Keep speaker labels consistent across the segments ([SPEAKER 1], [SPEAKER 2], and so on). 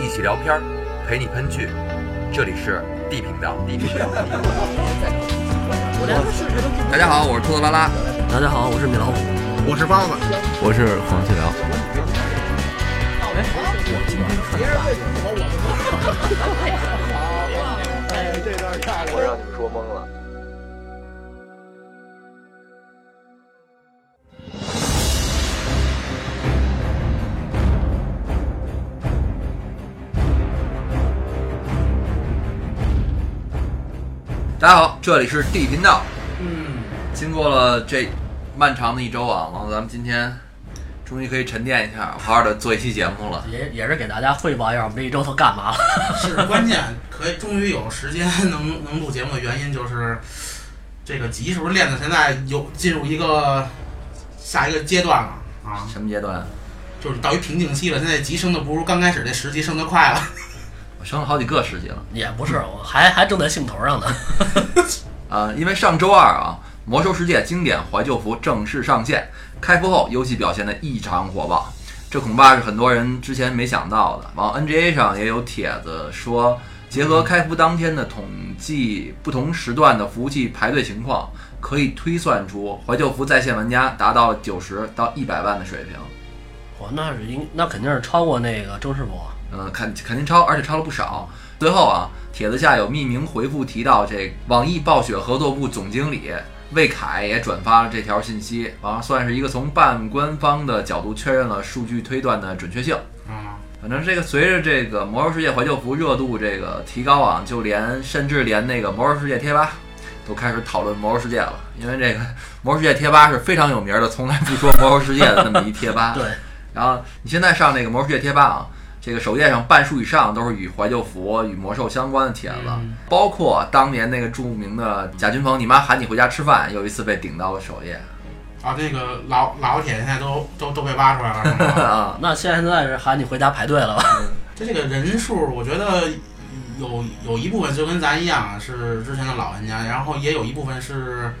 [SPEAKER 1] 一起聊片儿，陪你喷剧。这里是 D 频道。D 频道。大家好，我是兔子拉拉。
[SPEAKER 2] 大家好，我是米老虎。
[SPEAKER 3] 我是包子，
[SPEAKER 4] 我是黄细辽。
[SPEAKER 3] 我让你们说懵了。
[SPEAKER 1] 大家好，这里是 D 频道。嗯，经过了这漫长的一周啊，然后咱们今天终于可以沉淀一下，好好的做一期节目了。
[SPEAKER 2] 也也是给大家汇报一下我们这一周都干嘛了。
[SPEAKER 5] 是关键，可以终于有时间能能录节目的原因就是，这个集是不是练到现在有进入一个下一个阶段了啊？
[SPEAKER 1] 什么阶段？
[SPEAKER 5] 就是到一瓶颈期了，现在集升的不如刚开始那十级升的快了。
[SPEAKER 1] 我升了好几个十级了
[SPEAKER 2] 也不是，我还还正在兴头上呢。
[SPEAKER 1] 啊、因为上周二啊，《魔兽世界》经典怀旧服正式上线，开服后游戏表现的异常火爆，这恐怕是很多人之前没想到的。往 NGA 上也有帖子说，结合开服当天的统计，不同时段的服务器排队情况，可以推算出怀旧服在线玩家达到了九十到一百万的水平。
[SPEAKER 2] 我那是应那肯定是超过那个正式播。
[SPEAKER 1] 呃，肯肯定超，而且超了不少。最后啊，帖子下有匿名回复提到，这网易暴雪合作部总经理魏凯也转发了这条信息，啊，算是一个从半官方的角度确认了数据推断的准确性。
[SPEAKER 5] 啊，
[SPEAKER 1] 反正这个随着这个《魔兽世界》怀旧服热度这个提高啊，就连甚至连那个《魔兽世界》贴吧都开始讨论《魔兽世界》了，因为这个《 魔兽世界》贴吧是非常有名的，从来不说《魔兽世界》的那么一贴吧。
[SPEAKER 2] 对，
[SPEAKER 1] 然后你现在上那个《魔兽世界》贴吧啊，这个首页上半数以上都是与怀旧服、与魔兽相关的帖子，
[SPEAKER 5] 嗯
[SPEAKER 1] 包括当年那个著名的贾君鹏“你妈喊你回家吃饭”，有一次被顶到了首页。
[SPEAKER 5] 啊，那个老老铁现在都都都被挖出来了是吗。
[SPEAKER 1] 啊，
[SPEAKER 2] 那现在现在是喊你回家排队了吧？
[SPEAKER 5] 这这个人数，我觉得有有一部分就跟咱一样啊是之前的老玩家，然后也有一部分是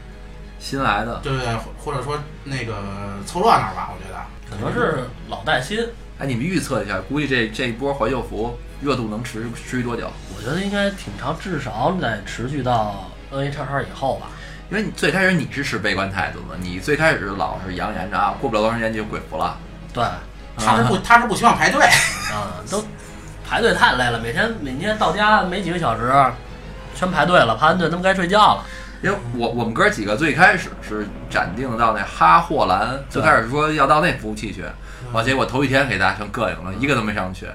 [SPEAKER 1] 新来的。
[SPEAKER 5] 对对，或或者说那个凑热闹吧，我觉得。
[SPEAKER 2] 可能是老带新，
[SPEAKER 1] 哎，你们预测一下，估计这这一波怀旧服热度能持持续多久？
[SPEAKER 2] 我觉得应该挺长，至少得持续到 N H R 以后吧。
[SPEAKER 1] 因为你最开始你是持悲观态度的，你最开始老是扬言着啊，过不了多长时间就鬼服了。
[SPEAKER 2] 对，
[SPEAKER 5] 他是不，他是不希望排队。
[SPEAKER 2] 啊，都排队太累了，每天每天到家没几个小时，全排队了，排完队他们该睡觉了。
[SPEAKER 1] 因为我我们哥几个最开始是暂定到那哈霍兰，最开始说要到那服务器去，完结果头一天给大家全膈应了，一个都没上去。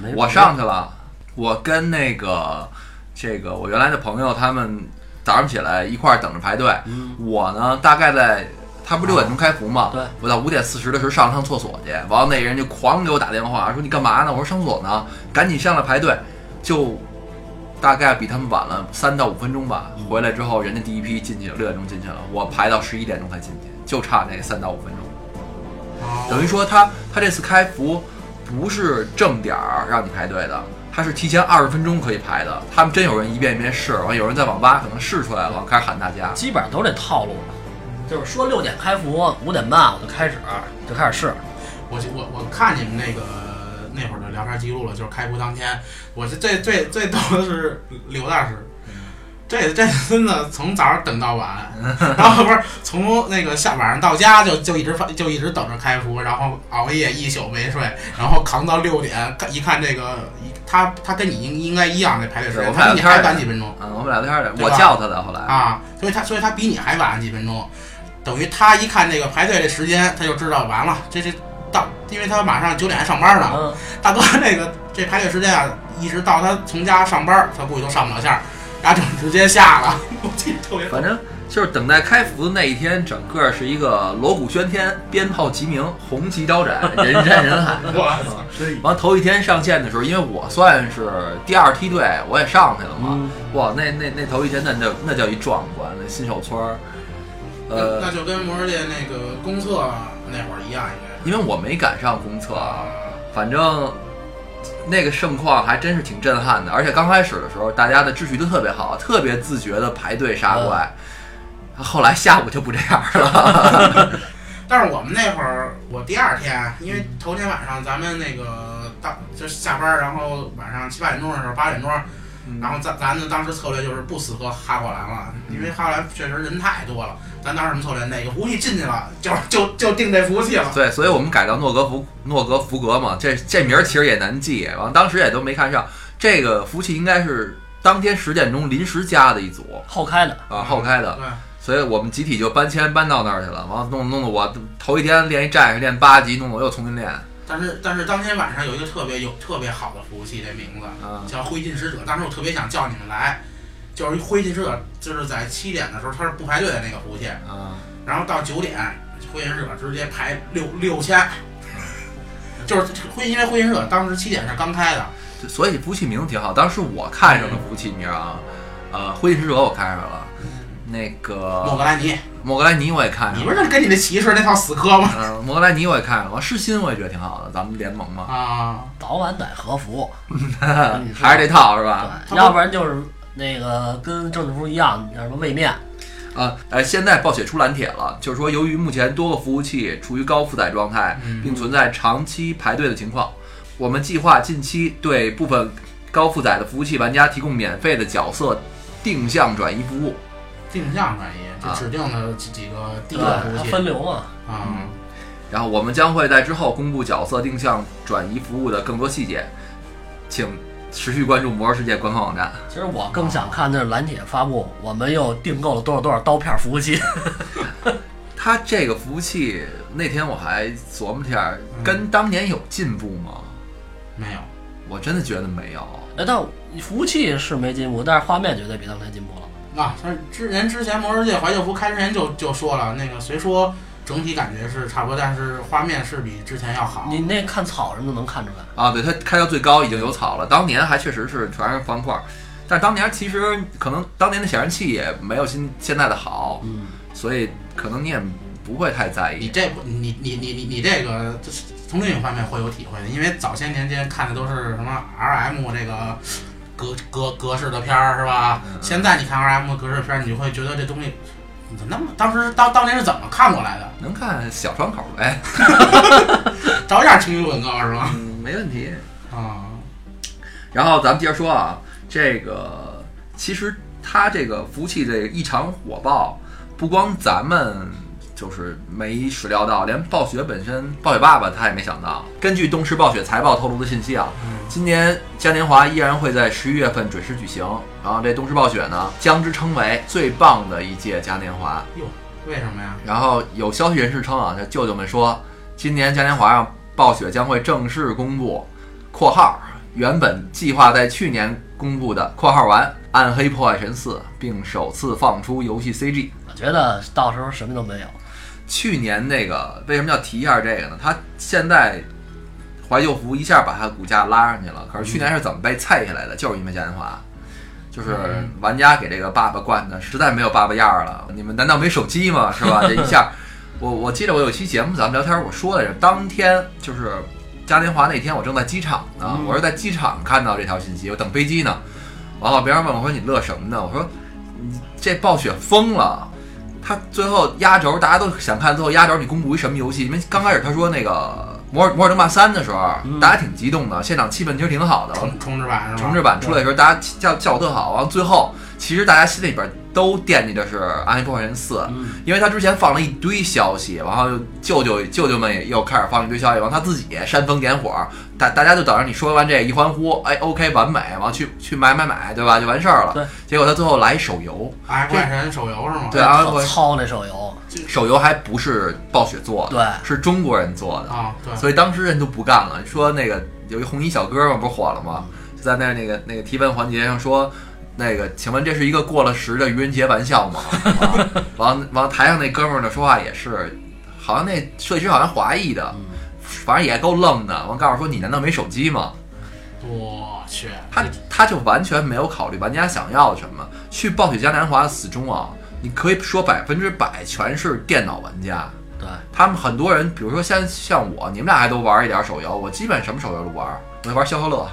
[SPEAKER 2] 没
[SPEAKER 1] 我上去了，我跟那个这个我原来的朋友他们早上起来一块儿等着排队，
[SPEAKER 2] 嗯
[SPEAKER 1] 我呢大概在。他不是六点钟开服吗？
[SPEAKER 2] 对
[SPEAKER 1] 我到五点四十的时候上趟厕所去，完了那人就狂给我打电话，说你干嘛呢？我说上厕所呢，赶紧上来排队，就大概比他们晚了三到五分钟吧。回来之后，人家第一批进去了，六点钟进去了，我排到十一点钟才进去，就差那三到五分钟。等于说他他这次开服不是正点儿让你排队的，他是提前二十分钟可以排的。他们真有人一遍一遍试，完有人在网吧可能试出来了，开始喊大家。
[SPEAKER 2] 基本上都是这套路吧，就是说六点开服，五点半我就开始就开始试，
[SPEAKER 5] 我就我我看你们那个那会儿的聊天记录了，就是开播当天，我是最最最逗的是刘大师，
[SPEAKER 1] 嗯
[SPEAKER 5] 这这孙子从早上等到晚，然后不是从那个下晚上到家就就一直发就一直等着开服，然后熬夜一宿没睡，然后扛到六点，看一看这个他他跟你应应该一样那排队时
[SPEAKER 1] 对
[SPEAKER 5] 间，
[SPEAKER 1] 我看
[SPEAKER 5] 他
[SPEAKER 1] 了
[SPEAKER 5] 比你
[SPEAKER 1] 片儿
[SPEAKER 5] 还晚几分钟。
[SPEAKER 1] 嗯，我们俩聊天的，
[SPEAKER 5] 对
[SPEAKER 1] 我
[SPEAKER 5] 吧
[SPEAKER 1] 叫他的，后来
[SPEAKER 5] 啊，所以他所以他比你还晚几分钟，等于他一看这个排队这时间，他就知道完了，这这到，因为他马上九点还上班呢。
[SPEAKER 2] 嗯，
[SPEAKER 5] 大哥，这个这排队时间啊，一直到他从家上班，他估计都上不了线儿，然后就直接下了。 我记得特别
[SPEAKER 1] 反正就是等待开服的那一天，整个是一个锣鼓喧天，鞭炮齐鸣，红旗招展，人山人海。
[SPEAKER 5] 我操，
[SPEAKER 1] 完头一天上线的时候，因为我算是第二梯队，我也上去了嘛。
[SPEAKER 2] 嗯
[SPEAKER 1] 哇，那那那头一天那叫那叫一壮观，那新手村儿。呃，
[SPEAKER 5] 那就跟魔兽世界那个公测那会儿一样，应
[SPEAKER 1] 因为我没赶上公测
[SPEAKER 5] 该
[SPEAKER 1] 啊，反正那个盛况还真是挺震撼的。而且刚开始的时候，大家的秩序都特别好，特别自觉的排队杀怪。后来下午就不这样了。
[SPEAKER 5] 但是我们那会儿，我第二天，因为头天晚上咱们那个到就是下班，然后晚上七八点钟的时候，八点钟，
[SPEAKER 1] 嗯
[SPEAKER 5] 然后咱咱们当时策略就是不死喝哈果兰了，因为哈果兰确实人太多了。咱当时什么策略？哪个服务器进去了，就就就定这服务器了。
[SPEAKER 1] 对，所以我们改到诺格福诺格福格嘛，这这名儿其实也难记，完当时也都没看上。这个服务器应该是当天十点钟临时加的一组
[SPEAKER 2] 后开的，
[SPEAKER 1] 啊，后开的，
[SPEAKER 5] 对，
[SPEAKER 1] 所以我们集体就搬迁搬到那儿去了。完了弄弄得我头一天练一战士练八级，弄得我又重新练
[SPEAKER 5] 但是但是当天晚上有一个特别有特别好的服务器，这名字
[SPEAKER 1] 啊。
[SPEAKER 5] 叫灰烬使者。当时我特别想叫你们来，就是一灰烬使者，就是在七点的时候他是不排队的那个服务器，
[SPEAKER 1] 啊，
[SPEAKER 5] 然后到九点灰烬使者直接排六六千， 就是灰因为灰烬使者当时七点是刚开的，
[SPEAKER 1] 所以服务器名字挺好。当时我看上的服务器名啊，呃，灰烬使者我看上了，那
[SPEAKER 2] 哦
[SPEAKER 5] 莫
[SPEAKER 1] 个
[SPEAKER 5] 格莱尼，
[SPEAKER 1] 莫格莱尼我也
[SPEAKER 2] 啊
[SPEAKER 1] 看
[SPEAKER 5] 你
[SPEAKER 1] 上
[SPEAKER 5] 不
[SPEAKER 1] 了，
[SPEAKER 5] 是跟你那骑士那套死磕吗？
[SPEAKER 1] 嗯、莫格莱尼我也看上了，完世新我也觉得挺好的，咱们联盟嘛。
[SPEAKER 5] 啊，
[SPEAKER 2] 早晚得和服，你说
[SPEAKER 1] 嗯还是这啊套是吧？
[SPEAKER 2] 对，要不然就是那个跟政治服一样，叫什么位面，
[SPEAKER 1] 啊，哎，现在暴雪出蓝帖了，就是说由于目前多个服务器处于高负载状态，
[SPEAKER 5] 嗯
[SPEAKER 1] 并存在长期排队的情况，我们计划近期对部分高负载的服务器玩家提供免费的角色定向转移服务。
[SPEAKER 5] 定向转移就
[SPEAKER 1] 啊
[SPEAKER 5] 指定的几几个第
[SPEAKER 2] 对
[SPEAKER 5] 一个
[SPEAKER 2] 吧
[SPEAKER 5] 服务？
[SPEAKER 2] 它
[SPEAKER 5] 器
[SPEAKER 2] 分流嗯嘛，
[SPEAKER 5] 啊，
[SPEAKER 1] 然后我们将会在之后公布角色定向转移服务的更多细节，请持续关注《魔兽世界》官方网站。
[SPEAKER 2] 其实我更想看的是蓝铁发布，我们又订购了多少多少刀片服务器，
[SPEAKER 1] 它这个服务器那天我还琢磨了一下，跟当年有进步吗？
[SPEAKER 5] 没有。
[SPEAKER 1] 我真的觉得没有。
[SPEAKER 2] 哎，但服务器是没进步，但是画面绝对比当年进步了。
[SPEAKER 5] 啊，他之人之前《魔兽世界》怀旧服开之前就就说了，那个虽说整体感觉是差不多，但是画面是比之前要
[SPEAKER 1] 哦
[SPEAKER 5] 好。
[SPEAKER 2] 你那看草什么的能看出来，
[SPEAKER 1] 啊，对，它开到最高已经有草了。当年还确实是全是方块儿，但当年其实可能当年的显示器也没有现现在的好，
[SPEAKER 2] 嗯，
[SPEAKER 1] 所以可能你也不会太在
[SPEAKER 5] 你
[SPEAKER 1] 意。
[SPEAKER 5] 这不你你你你你这个就是从另一方面会有体会的，因为早些年间看的都是什么 RM 这个格格格式的片儿是吧？现在你看 RM 格式片儿，你就会觉得这东西怎么那么当时当当年是怎么看过来的？
[SPEAKER 1] 能看小窗口呗，
[SPEAKER 5] 找点情绪广告是吧？
[SPEAKER 1] 嗯，没问题。
[SPEAKER 5] 啊，
[SPEAKER 1] 然后咱们接着说啊，这个其实它这个服务器这异常火爆，不光咱们就是没始料到，连暴雪本身，暴雪爸爸他也没想到。根据东视暴雪财报透露的信息啊，今年嘉年华依然会在十一月份准时举行。然后这东视暴雪呢，将之称为最棒的一届嘉年华。
[SPEAKER 5] 为什么呀？
[SPEAKER 1] 然后有消息人士称啊，这舅舅们说，今年嘉年华上暴雪将会正式公布（括号原本计划在去年公布的（括号完）暗黑破坏神四》，并首次放出游戏 CG。
[SPEAKER 2] 我觉得到时候什么都没有。
[SPEAKER 1] 去年那个为什么要提一下这个呢？它现在怀旧服一下把它股价拉上去了，可是去年是怎么被菜下来的？就是因为嘉年华，就是
[SPEAKER 5] 嗯
[SPEAKER 1] 玩家给这个爸爸惯的，实在没有爸爸样儿了。你们难道没手机吗？是 吧？这一下，我我记得我有一期节目咱们聊天，我说的是当天就是嘉年华那天，我正在机场呢，
[SPEAKER 5] 嗯
[SPEAKER 1] 我是在机场看到这条信息，我等飞机呢。完哦了，别人问我说你乐什么呢？我说你这暴雪疯了。他最后压轴，大家都想看最后压轴你公布一什么游戏？因为刚开始他说那个《摩尔摩尔争霸三》的时候，大家挺激动的，现场气氛其实挺好的。
[SPEAKER 5] 重重置版是吧？
[SPEAKER 1] 重置版出来的时候，大家叫叫我特好。完了最后，其实大家心里边都惦记的是《暗黑破坏神四》，
[SPEAKER 2] 嗯，
[SPEAKER 1] 因为他之前放了一堆消息，然后舅舅舅舅们也又开始放一堆消息，然后他自己也煽风点火，大大家就等着你说完这一欢呼，哎，OK，完美，完了去去买买买，对吧？就完事儿了。
[SPEAKER 2] 对，
[SPEAKER 1] 结果他最后来一手游，
[SPEAKER 5] 哎，怪神手游是吗？
[SPEAKER 1] 对啊我
[SPEAKER 2] 操那手游，
[SPEAKER 1] 手游还不是暴雪做的，
[SPEAKER 2] 对，
[SPEAKER 1] 是中国人做的，
[SPEAKER 5] 啊，对，
[SPEAKER 1] 所以当时人都不干了，说那个有一红衣小哥嘛，不是火了吗？就在那儿那个那个提问环节上说。那个，请问这是一个过了时的愚人节玩笑吗？啊完完，台上那哥们儿的说话也是，好像那设计师好像华裔的，
[SPEAKER 2] 嗯，
[SPEAKER 1] 反正也够愣的。完告诉说你难道没手机吗？
[SPEAKER 5] 我去，
[SPEAKER 1] 他他就完全没有考虑玩家想要什么。去暴雪嘉年华死忠啊，你可以说百分之百全是电脑玩家，
[SPEAKER 2] 对，
[SPEAKER 1] 他们很多人，比如说像像我，你们俩还都玩一点手游，我基本什么手游都玩，我就玩消消乐。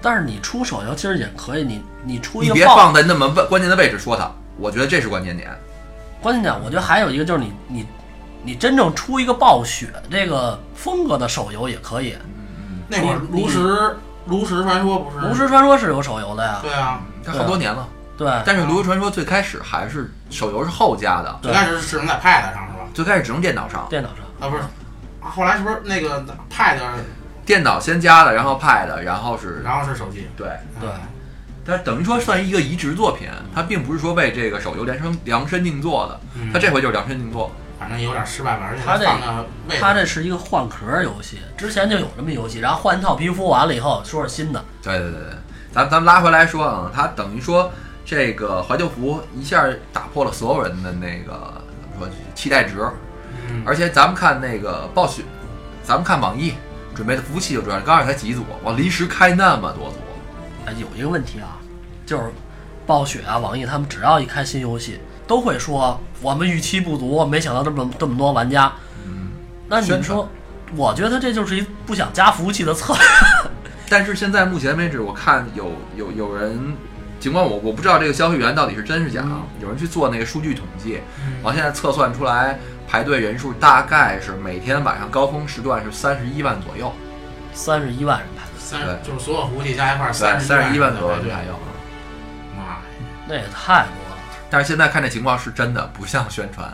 [SPEAKER 2] 但是你出手游其实也可以，你你出一
[SPEAKER 1] 你
[SPEAKER 2] 个
[SPEAKER 1] 别
[SPEAKER 2] 爆
[SPEAKER 1] 放在那么关键的位置说它，我觉得这是关键点。
[SPEAKER 2] 关键点，我觉得还有一个就是你你你真正出一个暴雪这个风格的手游也可以，
[SPEAKER 5] 那会儿
[SPEAKER 2] 你
[SPEAKER 5] 炉石炉石传说
[SPEAKER 1] 嗯
[SPEAKER 5] 不是
[SPEAKER 2] 炉石传说是有手游的呀，
[SPEAKER 5] 对啊，
[SPEAKER 1] 它好多年了。
[SPEAKER 2] 对，
[SPEAKER 1] 但是《炉石传说》最开始还是手游是后加的，
[SPEAKER 5] 最开始只能在 Pad 上是吧？
[SPEAKER 1] 最开始只能电脑上，
[SPEAKER 2] 电脑上
[SPEAKER 5] 啊不是，啊后来是不是那个 Pad，
[SPEAKER 1] 电脑先加的，然后 Pad，然后是
[SPEAKER 5] 然后是手机？
[SPEAKER 1] 对，
[SPEAKER 2] 对
[SPEAKER 5] 嗯
[SPEAKER 1] 但等于说算一个移植作品，它并不是说为这个手游量身量身定做的，
[SPEAKER 5] 嗯
[SPEAKER 1] 它这回就是量身定做。
[SPEAKER 5] 反正有点失败吧，而且
[SPEAKER 2] 他这
[SPEAKER 5] 放的位置
[SPEAKER 2] 它这是一个换壳儿游戏，之前就有这么一游戏，然后换一套皮肤，完了以后说是新的，
[SPEAKER 1] 对对对对，咱咱们拉回来说啊，它等于说这个怀旧服一下打破了所有人的那个怎么说期待值，
[SPEAKER 5] 嗯
[SPEAKER 1] 而且咱们看那个暴雪，咱们看网易准备的服务器就知道，刚才才几组，我临时开那么多组，
[SPEAKER 2] 哎，有一个问题啊，就是暴雪啊、网易他们只要一开新游戏，都会说我们预期不足，没想到这么这么多玩家。
[SPEAKER 1] 嗯
[SPEAKER 2] 那你
[SPEAKER 1] 宣
[SPEAKER 2] 们
[SPEAKER 1] 传
[SPEAKER 2] 说，我觉得这就是一不想加服务器的策略。
[SPEAKER 1] 但是现在目前为止，我看有有有人，尽管我我不知道这个消息源到底是真是假，啊，有人去做那个数据统计，
[SPEAKER 5] 嗯
[SPEAKER 1] 完现在测算出来排队人数大概是每天晚上高峰时段是三十一万左右，
[SPEAKER 2] 三十一万人排队，
[SPEAKER 5] 三
[SPEAKER 1] 对
[SPEAKER 5] 就是所有服务器加一块儿
[SPEAKER 1] 对，
[SPEAKER 5] 三
[SPEAKER 1] 三十一万左右人
[SPEAKER 5] 对对
[SPEAKER 1] 排队。
[SPEAKER 5] 妈呀！
[SPEAKER 2] 那也太多了。
[SPEAKER 1] 但是现在看这情况是真的不像宣传，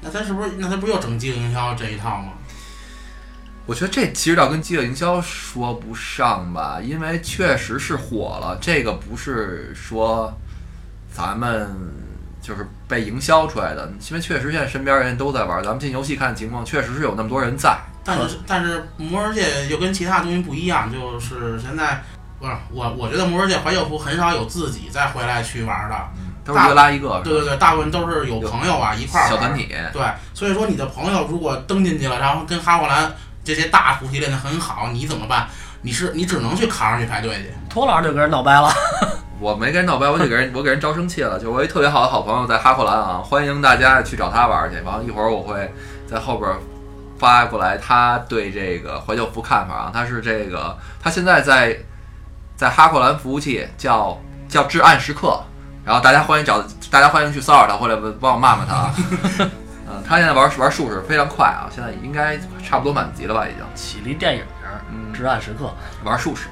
[SPEAKER 5] 那他是不是那他不是又整饥饿营销这一套吗？
[SPEAKER 1] 我觉得这其实倒跟饥饿营销说不上吧，因为确实是火了，这个不是说咱们就是被营销出来的，因为确实现在身边人都在玩，咱们进游戏看情况，确实是有那么多人在。
[SPEAKER 5] 但是但是魔兽世界又跟其他东西不一样，就是现在不是我我觉得魔兽世界怀旧服很少有自己再回来去玩的，
[SPEAKER 1] 都是一个拉一个，
[SPEAKER 5] 对对对，大部分都是有朋友啊一块儿玩
[SPEAKER 1] 小团。体。
[SPEAKER 5] 对，所以说你的朋友如果登进去了，然后跟哈霍兰这些大服系练得很好，你怎么办？你是你只能去扛上去排队去。
[SPEAKER 2] 托老师就跟人闹掰了，
[SPEAKER 1] 我没跟人闹掰，我就给人 我给人招生气了。就我一特别好的好朋友在哈克兰啊，欢迎大家去找他玩去。完了，一会儿我会在后边发过来他对这个怀旧服看法啊。他是这个，他现在在在哈克兰服务器叫叫至暗时刻，然后大家欢迎找大家欢迎去骚扰他或者帮我骂骂他啊。嗯，他现在玩玩术士非常快啊，现在应该差不多满级了吧，已经
[SPEAKER 2] 起立电影儿
[SPEAKER 1] 嗯
[SPEAKER 2] 《至暗时刻
[SPEAKER 1] 玩术士。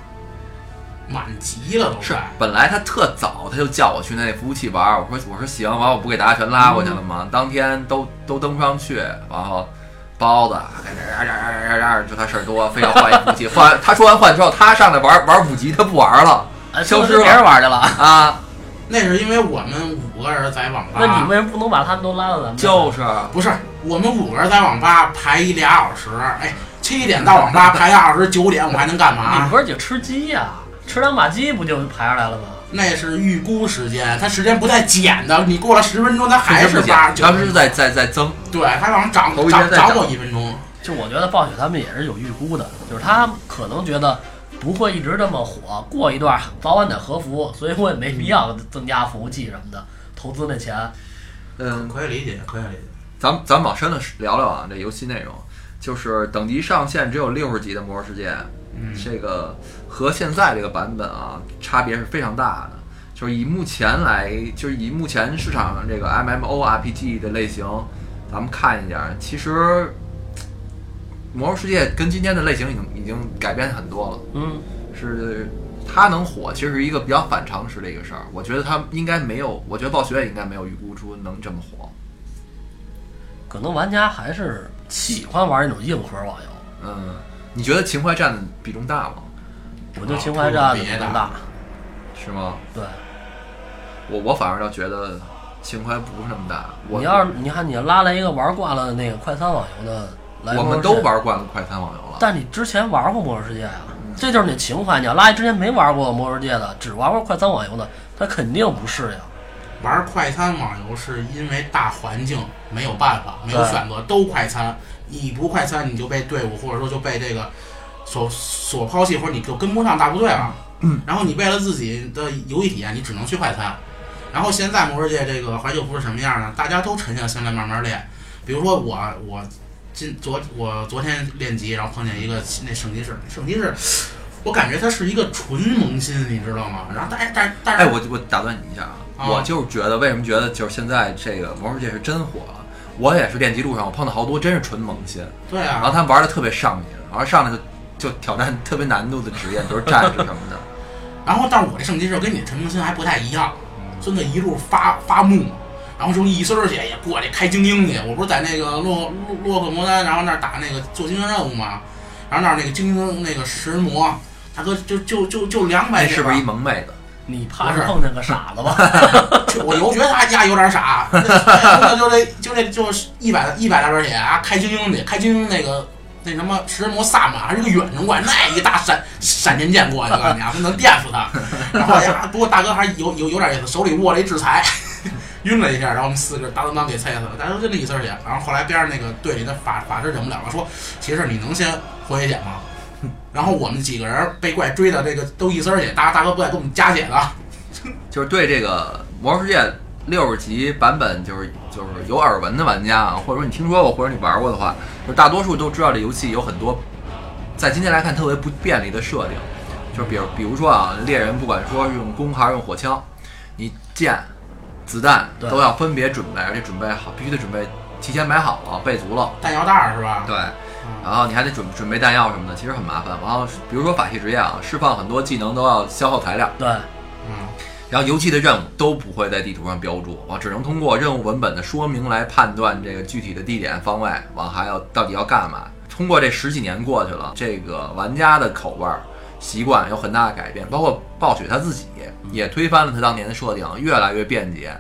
[SPEAKER 5] 满级了都
[SPEAKER 1] 是
[SPEAKER 5] 快，
[SPEAKER 1] 本来他特早他就叫我去那服务器玩儿，我说我说行，完我不给大家全拉过去了吗？当天都都登不上去，然后包子，嘎嘎嘎嘎嘎嘎就他事儿多，非要换一服务器，换他说完换之后，他上来玩玩五级，他不玩了》，
[SPEAKER 2] 哎，
[SPEAKER 1] 消失
[SPEAKER 2] 跟
[SPEAKER 1] 了
[SPEAKER 2] 别人玩去了。
[SPEAKER 1] 啊，
[SPEAKER 5] 那是因为我们五个人在网吧。
[SPEAKER 2] 那你为什么不能把他们都拉到咱们这儿？
[SPEAKER 1] 就是
[SPEAKER 5] 不是，我们五个人在网吧排一俩小时，哎，七点到网 吧排俩小时，九点我还能
[SPEAKER 1] 啊
[SPEAKER 5] 干
[SPEAKER 2] 你们
[SPEAKER 5] 嘛？
[SPEAKER 2] 不是得吃鸡呀、吃两把鸡不就排上来了吗？
[SPEAKER 5] 那是预估时间，它时间不带减的，你过了十分钟，它还是
[SPEAKER 1] 不
[SPEAKER 5] 八
[SPEAKER 1] 假，
[SPEAKER 5] 九
[SPEAKER 1] 他们
[SPEAKER 5] 分
[SPEAKER 1] 是在在在增，
[SPEAKER 5] 对，它往上涨
[SPEAKER 1] 头一天
[SPEAKER 5] 涨
[SPEAKER 1] 在
[SPEAKER 5] 涨
[SPEAKER 1] 涨
[SPEAKER 5] 我一分钟。
[SPEAKER 2] 就我觉得暴雪他们也是有预估的，就是他可能觉得不会一直这么火，过一段早晚得合服，所以我也没必要增加服务器什么的，投资那钱。
[SPEAKER 1] 嗯，
[SPEAKER 5] 可以理解，可以理解。
[SPEAKER 1] 咱们咱们往深了聊聊啊，这游戏内容就是等级上限只有六十级的《魔兽世界》，
[SPEAKER 5] 嗯
[SPEAKER 1] 这个和现在这个版本啊，差别是非常大的。就是以目前来，就是以目前市场上这个 MMORPG 的类型，咱们看一下，其实《魔兽世界》跟今天的类型已经已经改变很多了。
[SPEAKER 2] 嗯，
[SPEAKER 1] 是它能火，其实是一个比较反常识的一个事儿。我觉得它应该没有，我觉得暴雪也应该没有预估出能这么火。
[SPEAKER 2] 可能玩家还是喜欢玩那种硬核网游。
[SPEAKER 1] 嗯，你觉得情怀占的比重大吗？
[SPEAKER 2] 我
[SPEAKER 1] 啊
[SPEAKER 2] 就情怀占的比较大，
[SPEAKER 1] 是吗？
[SPEAKER 2] 对
[SPEAKER 1] 我我反而倒觉得情怀不是那么大。我
[SPEAKER 2] 你要是你看你拉来一个玩惯了那个快餐网游的来，
[SPEAKER 1] 我们都，玩惯了快餐网游了，
[SPEAKER 2] 但你之前玩过《魔兽世界》呀，这就是你情怀。你要拉一之前没玩过《魔兽世界》的，只玩过快餐网游的，他肯定不适应。
[SPEAKER 5] 玩快餐网游是因为大环境没有办法，没有
[SPEAKER 2] 对
[SPEAKER 5] 选择，都快餐。你不快餐，你就被队伍或者说就被这个所所抛弃，或者你就跟不上大部队了。
[SPEAKER 1] 嗯
[SPEAKER 5] 然后你为了自己的游戏体验，你只能去快餐。然后现在魔兽世界这个怀旧服是什么样呢？大家都沉下心来慢慢练。比如说我我今昨我昨天练级，然后碰见一个那圣骑士，圣骑士，我感觉他是一个纯萌新，你知道吗？然后但但但是
[SPEAKER 1] 哎，我我打断你一下啊，
[SPEAKER 5] 啊
[SPEAKER 1] 我就是觉得为什么觉得就是现在这个魔兽世界是真火啊了。我也是练级路上，我碰到好多真是纯萌新，
[SPEAKER 5] 对
[SPEAKER 1] 然
[SPEAKER 5] 啊
[SPEAKER 1] 后，他们玩的特别上瘾，然后上来就就挑战特别难度的职业，比如战士什么 的。
[SPEAKER 5] 然后，但是我这圣骑士跟你陈明星还不太一样，孙子一路发发木，然后就一身儿血也过去开精英去。我不是在那个洛洛洛克摩丹，然后那儿打那个做精英任务嘛，然后那儿那个精英那个食人魔，大哥就就就就两百
[SPEAKER 1] 那哎
[SPEAKER 5] 血吧，
[SPEAKER 1] 是不是一萌妹子？
[SPEAKER 2] 你怕
[SPEAKER 5] 不
[SPEAKER 2] 是
[SPEAKER 5] 是
[SPEAKER 2] 碰见个傻子吧？
[SPEAKER 5] 就 我就觉得他家有点 傻，那那就这就这就是一百一百来分血啊，开精英去，开精英那个那什么食人魔萨满还是个远程怪，那一大闪闪电剑过去了，你丫能电死他。然后哎呀，不过大哥还有有有点意思，手里握了一制裁，晕了一下，然后我们四个大灯当给踩死了，大家都就那一丝血。然后后来边上那个队里的法法师忍不了了，说骑士你能先回血吗？然后我们几个人被怪追的这个都一丝血，大大哥不带给我们加血的。
[SPEAKER 1] 就是对这个《魔兽世界》六十级版本，就是就是有耳闻的玩家啊，或者说你听说过，或者你玩过的话，就是大多数都知道这游戏有很多，在今天来看特别不便利的设定，就是比如比如说啊，猎人不管说是用弓还是用火枪，你剑、子弹
[SPEAKER 2] 对
[SPEAKER 1] 都要分别准备，而且准备好，必须得准备提前买好了，备足了。
[SPEAKER 5] 弹药袋儿是吧？
[SPEAKER 1] 对，
[SPEAKER 5] 嗯
[SPEAKER 1] 然后你还得准准备弹药什么的，其实很麻烦。然后比如说法系职业啊，释放很多技能都要消耗材料。
[SPEAKER 2] 对，
[SPEAKER 5] 嗯，
[SPEAKER 1] 然后游戏的任务都不会在地图上标注，我只能通过任务文本的说明来判断这个具体的地点、方位，往还要到底要干嘛。通过这十几年过去了，这个玩家的口味儿、习惯有很大的改变，包括暴雪他自己也推翻了他当年的设定，越来越便捷，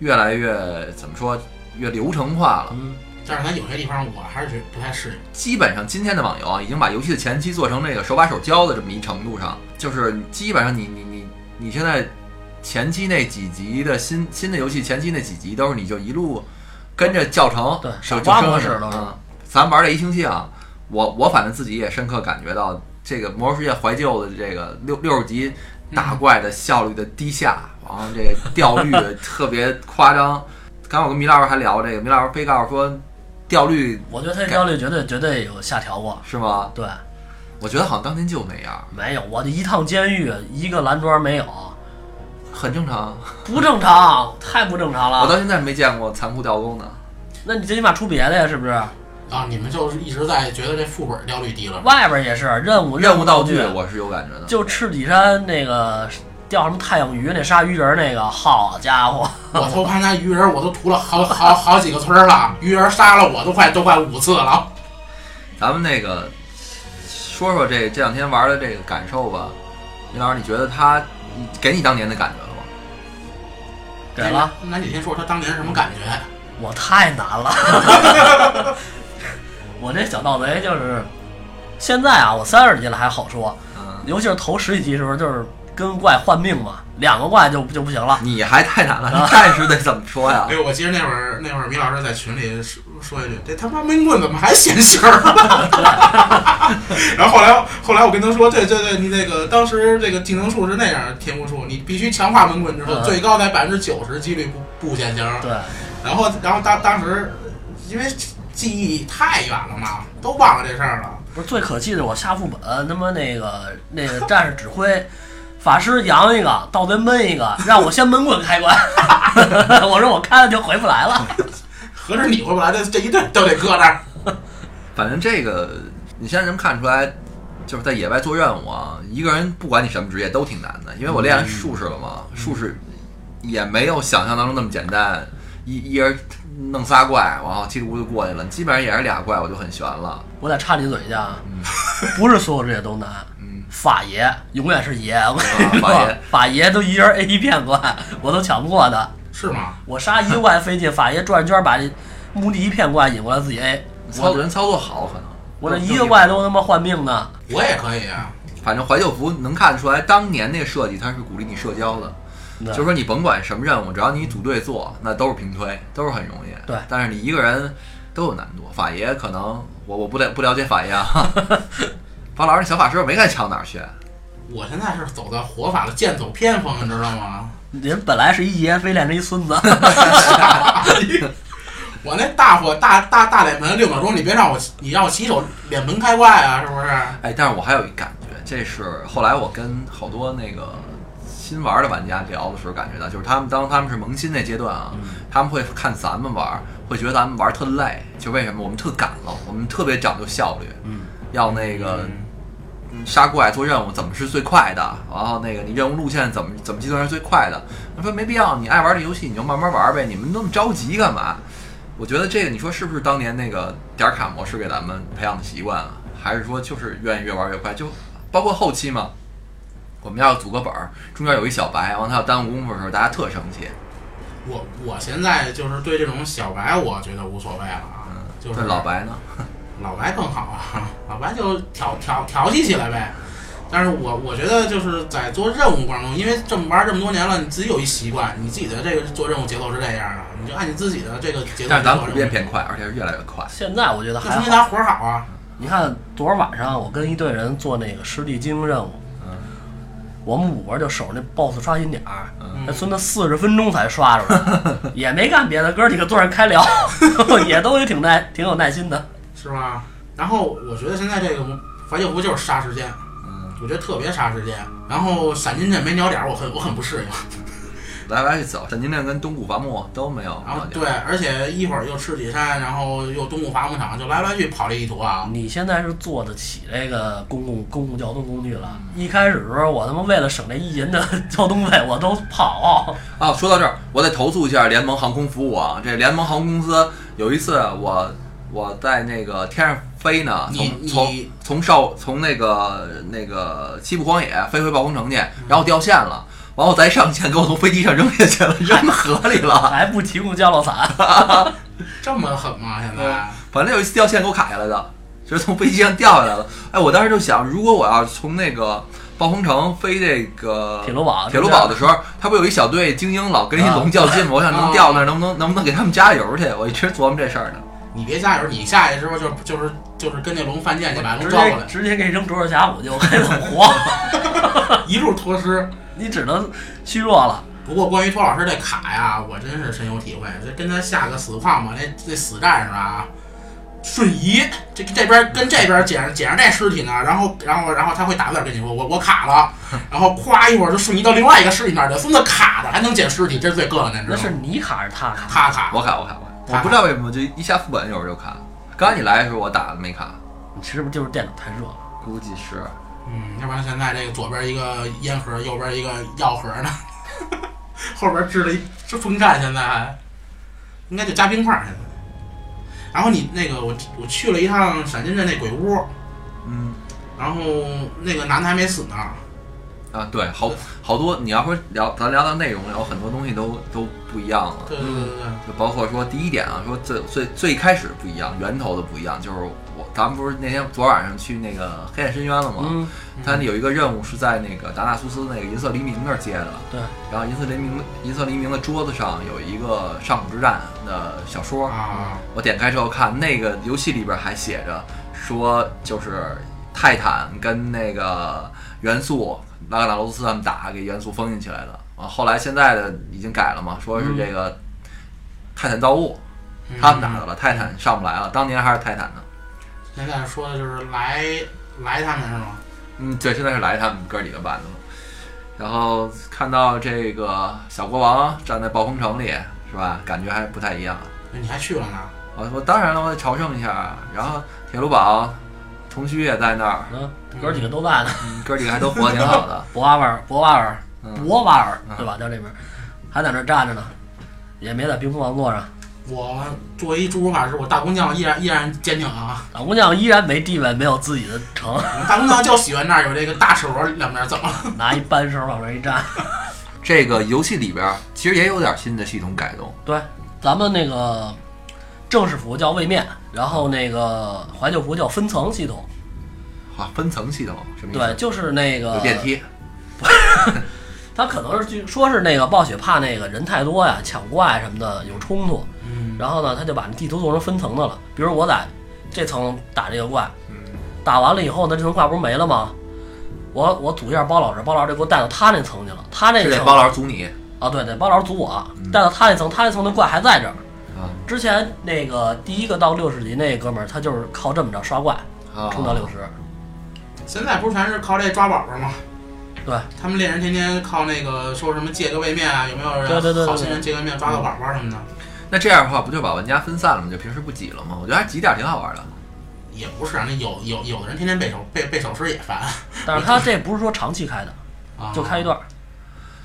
[SPEAKER 1] 越来越怎么说，越流程化了。
[SPEAKER 2] 嗯，
[SPEAKER 5] 但是它有些地方我还是觉得不太适应。
[SPEAKER 1] 基本上今天的网游啊，已经把游戏的前期做成这个手把手教的这么一程度上，就是基本上你你你你现在前期那几集的新新的游戏前期那几集都是你就一路跟着教程，
[SPEAKER 2] 对
[SPEAKER 1] 手
[SPEAKER 2] 傻瓜
[SPEAKER 1] 就跟
[SPEAKER 2] 模
[SPEAKER 1] 着
[SPEAKER 2] 式都是
[SPEAKER 1] 嗯咱玩这一星期啊，我我反正自己也深刻感觉到这个《魔兽世界》怀旧的这个六六十级
[SPEAKER 2] 嗯
[SPEAKER 1] 打怪的效率的低下，然后这个掉率特别夸张。刚才我跟米老师还聊这个，米老师非告诉说掉率
[SPEAKER 2] 我觉得他这效率绝对绝对有下调过。
[SPEAKER 1] 是吗？
[SPEAKER 2] 对，
[SPEAKER 1] 我觉得好像当年就那样，
[SPEAKER 2] 没有，我这一趟监狱一个蓝砖没有，
[SPEAKER 1] 很正常。
[SPEAKER 2] 不正常，太不正常
[SPEAKER 1] 我
[SPEAKER 2] 了。
[SPEAKER 1] 到现在没见过残酷掉工的。
[SPEAKER 2] 那你最起码出别的呀，是不是？
[SPEAKER 5] 啊，你们就是一直在觉得这副本掉率低了，
[SPEAKER 2] 外边也是任务
[SPEAKER 1] 任务道具
[SPEAKER 2] 具，
[SPEAKER 1] 我是有感觉的，
[SPEAKER 2] 就赤底山那个钓什么太阳鱼那鲨鱼人儿那个，好家伙，
[SPEAKER 5] 我偷看那鱼人，我都屠了好好好几个村儿了，鱼人杀了我都快都快五次了。
[SPEAKER 1] 咱们那个说说这这两天玩的这个感受吧。林老师，你觉得他给你当年的感觉了吗？
[SPEAKER 2] 给了
[SPEAKER 5] 那你先说他当年是什么感觉？ 啊
[SPEAKER 2] 我太难了。 我这小盗贼就是，现在啊，我三十级了还好说，
[SPEAKER 1] 嗯，
[SPEAKER 2] 尤其是头十几级的时候，就是跟怪换命嘛，两个怪就就不行了。
[SPEAKER 1] 你还太难了，你暂时得怎么说呀
[SPEAKER 5] 哎？呦，我记得那会儿那会儿米老师在群里说说一句：“这他妈闷棍怎么还闲心儿？”啊 然后后来后来我跟他说：“对对对，你那个当时这个技能数是那样，天赋数你必须强化闷棍之后，
[SPEAKER 2] 嗯
[SPEAKER 5] 最高在百分之九十几率不不闲心儿。”
[SPEAKER 2] 对，
[SPEAKER 5] 然后，然后当当时因为记忆太远了嘛，都忘了这事儿了。
[SPEAKER 2] 不是最可气的是我下副本，他妈那个那个战士指挥，法师扬一个，盗贼闷一个，让我先闷棍开关。 我说我开了就回不来了。
[SPEAKER 5] 合着你回不来，这这一队都得搁那儿。
[SPEAKER 1] 反正这个你现在能看出来，就是在野外做任务啊，一个人不管你什么职业都挺难的，因为我练了术士了嘛，
[SPEAKER 2] 嗯
[SPEAKER 1] 术士也没有想象当中那么简单，一一人弄仨怪，然后叽里咕噜就过去了，基本上也是俩怪我就很悬了。
[SPEAKER 2] 我得插你嘴去啊，
[SPEAKER 1] 嗯
[SPEAKER 2] 不是所有职业都难。法爷永远是爷，我跟你说，
[SPEAKER 1] 啊法爷
[SPEAKER 2] 法爷都一人 A 一片怪，我都抢不过他。
[SPEAKER 5] 是吗？
[SPEAKER 2] 我杀一个怪费劲，法爷转圈把这墓地一片怪引过来自己 A。
[SPEAKER 1] 操作
[SPEAKER 2] 我
[SPEAKER 1] 人操作好可能，
[SPEAKER 2] 我这一个怪都他妈换命呢。
[SPEAKER 5] 我也可以啊。
[SPEAKER 1] 反正怀旧服能看出来，当年那个设计它是鼓励你社交的，
[SPEAKER 2] 对
[SPEAKER 1] 就是说你甭管什么任务，只要你组队做，那都是平推，都是很容易。
[SPEAKER 2] 对
[SPEAKER 1] 但是你一个人都有难度。法爷可能我我不了不了解法爷啊， 方老师，你小法师我没看强哪儿去，
[SPEAKER 5] 我现在是走的活法了，剑走偏锋，你知道吗？
[SPEAKER 2] 人本来是一爷，非练成一 孙子。
[SPEAKER 5] 我那大火大大大脸盆六秒钟，你别让我，你让我洗手脸盆开怪啊，是不是？
[SPEAKER 1] 哎，但是我还有一感觉，这是后来我跟好多那个新玩的玩家聊的时候感觉到，就是他们当他们是萌新那阶段啊，
[SPEAKER 2] 嗯
[SPEAKER 1] 他们会看咱们玩，会觉得咱们玩特累，就为什么我们特赶了，我们特别讲究效率，
[SPEAKER 2] 嗯，
[SPEAKER 1] 要那个你杀怪做任务怎么是最快的，然后那个你任务路线怎么怎么计算是最快的。他说没必要，你爱玩这游戏你就慢慢玩呗，你们那么着急干嘛？我觉得这个你说是不是当年那个点卡模式给咱们培养的习惯啊？还是说就是愿意越玩越快？就包括后期嘛，我们要组个本儿，中间有一小白，完了他要耽误功夫的时候，大家特生气。
[SPEAKER 5] 我我现在就是对这种小白，我觉得无所谓了啊，就是
[SPEAKER 1] 对老白呢？
[SPEAKER 5] 老白更好啊，老白就调调调戏起来呗。但是我我觉得就是在做任务过程中，因为这么玩这么多年了，你自己有一习惯，你自己的这个做任务节奏是这样的，你就按你自己的这个节奏去做任务。
[SPEAKER 1] 但是咱们普遍偏快，而且是越来越快。
[SPEAKER 2] 现在我觉得
[SPEAKER 5] 那
[SPEAKER 2] 还
[SPEAKER 5] 说
[SPEAKER 2] 好
[SPEAKER 5] 明。咱活儿好啊。
[SPEAKER 2] 你看昨儿晚上我跟一队人做那个实地精英任务，
[SPEAKER 1] 嗯
[SPEAKER 2] 我们五个人就守着那 BOSS 刷新点儿，
[SPEAKER 1] 嗯
[SPEAKER 5] 嗯
[SPEAKER 2] 那孙子四十分钟才刷出来，也没干别的，哥几个坐着开聊， 也都也挺耐，挺有耐心的。
[SPEAKER 5] 是吧？然后我觉得现在这个怀旧服就是杀时间，
[SPEAKER 1] 嗯
[SPEAKER 5] 我觉得特别杀时间。然后闪金阵没鸟点儿，我很我很不适
[SPEAKER 1] 哦
[SPEAKER 5] 应。
[SPEAKER 1] 来来去走，闪金链跟东古伐木都没有
[SPEAKER 5] 然后
[SPEAKER 1] 了解。
[SPEAKER 5] 对，而且一会儿又赤脊山，然后又东部伐木场，就来来去跑这一坨啊。
[SPEAKER 2] 你现在是坐得起这个公共公共交通工具了。一开始的时候，我他妈为了省这一银的交通费，我都跑。
[SPEAKER 1] 啊，说到这儿，我得投诉一下联盟航空服务啊。这联盟航空公司有一次我我在那个天上飞呢，
[SPEAKER 5] 你
[SPEAKER 1] 从
[SPEAKER 5] 你
[SPEAKER 1] 从从少从那个那个西部荒野飞回暴风城去，然后掉线了，完我再上线给我从飞机上扔下去了，扔河里了。
[SPEAKER 2] 还不提供降落伞，
[SPEAKER 5] 这么狠吗？现在？
[SPEAKER 1] 反正有一次掉线给我卡下来的，就是从飞机上掉下来了。哎，我当时就想，如果我要从那个暴风城飞这个
[SPEAKER 2] 铁路堡
[SPEAKER 1] 铁路堡的时候，他不有一小队精英老跟一龙较劲吗？我想能掉那儿，能不能能不能给他们加油去？我一直琢磨这事儿呢。
[SPEAKER 5] 你别下去，你下去之后就就是就是跟那龙犯贱去把龙
[SPEAKER 2] 直
[SPEAKER 5] 抓过
[SPEAKER 2] 接
[SPEAKER 5] 来，
[SPEAKER 2] 直接给扔卓尔峡谷去，我还怎么活？
[SPEAKER 5] 一路脱尸。
[SPEAKER 2] 你只能虚弱了。
[SPEAKER 5] 不过关于托老师这卡呀，我真是深有体会。这跟他下个死矿嘛，那那死战士啊，瞬移，这这边跟这边捡上捡上这尸体呢，然后然后然后他会打字跟你说我我卡 了，然后咵一会儿就瞬移到另外一个尸体那儿去，孙子卡着还能捡尸体，这是最膈应的，你知
[SPEAKER 2] 那
[SPEAKER 5] 道吗
[SPEAKER 2] 是？你卡还是他卡？
[SPEAKER 5] 啊他卡，
[SPEAKER 1] 我卡，我卡，我
[SPEAKER 5] 卡
[SPEAKER 1] 卡。我不知道为什么就一下副本有时候就卡。刚你来的时候我打的没卡，
[SPEAKER 2] 你是不是就是电脑太热了？
[SPEAKER 1] 估计是。
[SPEAKER 5] 嗯，要不然现在这个左边一个烟盒，右边一个药盒呢，后边支了一支风扇，现在还应该就加冰块儿现在。然后你那个我我去了一趟闪金镇那鬼屋，
[SPEAKER 1] 嗯
[SPEAKER 5] 然后那个男的还没死呢，
[SPEAKER 1] 啊，对，好好多。你要说聊，咱聊到内容，有很多东西都都不一样了。
[SPEAKER 5] 对对对对对，
[SPEAKER 1] 就包括说第一点啊，说最最最开始不一样，源头的不一样，就是我咱们不是那天昨晚上去那个黑暗深渊了吗？
[SPEAKER 2] 嗯，
[SPEAKER 1] 它有一个任务是在那个达纳苏斯那个银色黎明那儿接的，
[SPEAKER 2] 对，
[SPEAKER 1] 然后银色黎明银色黎明的桌子上有一个上古之战的小说，
[SPEAKER 5] 啊，
[SPEAKER 1] 我点开之后看那个游戏里边还写着说就是泰坦跟那个元素拉格纳罗斯他们打给元素封印起来的，啊，后来现在的已经改了嘛，说是这个泰坦造物。
[SPEAKER 5] 嗯
[SPEAKER 1] 他们打的了，泰坦上不来了，当年还是泰坦呢。
[SPEAKER 5] 现在说的就是来来他们是吗？
[SPEAKER 1] 嗯，对，现在是来他们哥几个办的了。然后看到这个小国王站在暴风城里，是吧？感觉还不太一样。
[SPEAKER 5] 你还去了呢？
[SPEAKER 1] 我我当然了，我得朝圣一下。啊然后铁路堡，童须也在那儿，
[SPEAKER 2] 嗯，哥几个都在呢。
[SPEAKER 1] 嗯哥几个还都活得挺好的。
[SPEAKER 2] 啊 博瓦尔，博瓦尔，
[SPEAKER 1] 嗯，
[SPEAKER 2] 博瓦尔，
[SPEAKER 1] 嗯
[SPEAKER 2] 对吧？叫这名儿，还在那儿站着呢，也没在冰封王座上。
[SPEAKER 5] 我作为一诸如法师，我大工匠依然依然坚定啊！
[SPEAKER 2] 老姑娘依然没地位，没有自己的城，
[SPEAKER 5] 大工匠就喜欢那儿有这个大齿轮两边走，
[SPEAKER 2] 拿一扳手往那儿一站。
[SPEAKER 1] 这个游戏里边其实也有点新的系统改动，
[SPEAKER 2] 对，咱们那个正式服叫位面，然后那个怀旧服叫分层系统。
[SPEAKER 1] 啊，分层系统什么意
[SPEAKER 2] 对，
[SPEAKER 1] 思？
[SPEAKER 2] 就是那个
[SPEAKER 1] 有电梯，
[SPEAKER 2] 他可能是据说是那个暴雪怕那个人太多呀，抢怪什么的有冲突，
[SPEAKER 5] 嗯，
[SPEAKER 2] 然后呢，他就把那地图做成分层的了。比如我在这层打这个怪，
[SPEAKER 1] 嗯，
[SPEAKER 2] 打完了以后呢，这层怪不是没了吗？我我组一下包老师，包老师就给我带到他那层去了。他那
[SPEAKER 1] 是
[SPEAKER 2] 个
[SPEAKER 1] 得
[SPEAKER 2] 层
[SPEAKER 1] 包老师阻你
[SPEAKER 2] 啊，对对，包老师组我
[SPEAKER 1] 嗯
[SPEAKER 2] 带到他那层，他那层的怪还在这儿。
[SPEAKER 1] 啊
[SPEAKER 2] 之前那个第一个到六十级那哥们儿，他就是靠这么着刷怪
[SPEAKER 1] 啊！
[SPEAKER 2] 冲到六十。
[SPEAKER 5] 现在不是全是靠这抓宝宝吗？
[SPEAKER 2] 对，
[SPEAKER 5] 他们猎人天天靠那个说什么借个位面啊，有没有人
[SPEAKER 2] 对对对对嗯
[SPEAKER 5] 好心人借个面抓个宝宝什么的？
[SPEAKER 1] 那这样的话，不就把玩家分散了吗？就平时不挤了吗？我觉得还挤点儿挺好玩的。
[SPEAKER 5] 也不是啊，那有有有的人天天背首背背首诗也烦
[SPEAKER 2] 但是他这不是说长期开的，
[SPEAKER 5] 啊，
[SPEAKER 2] 就开一段儿。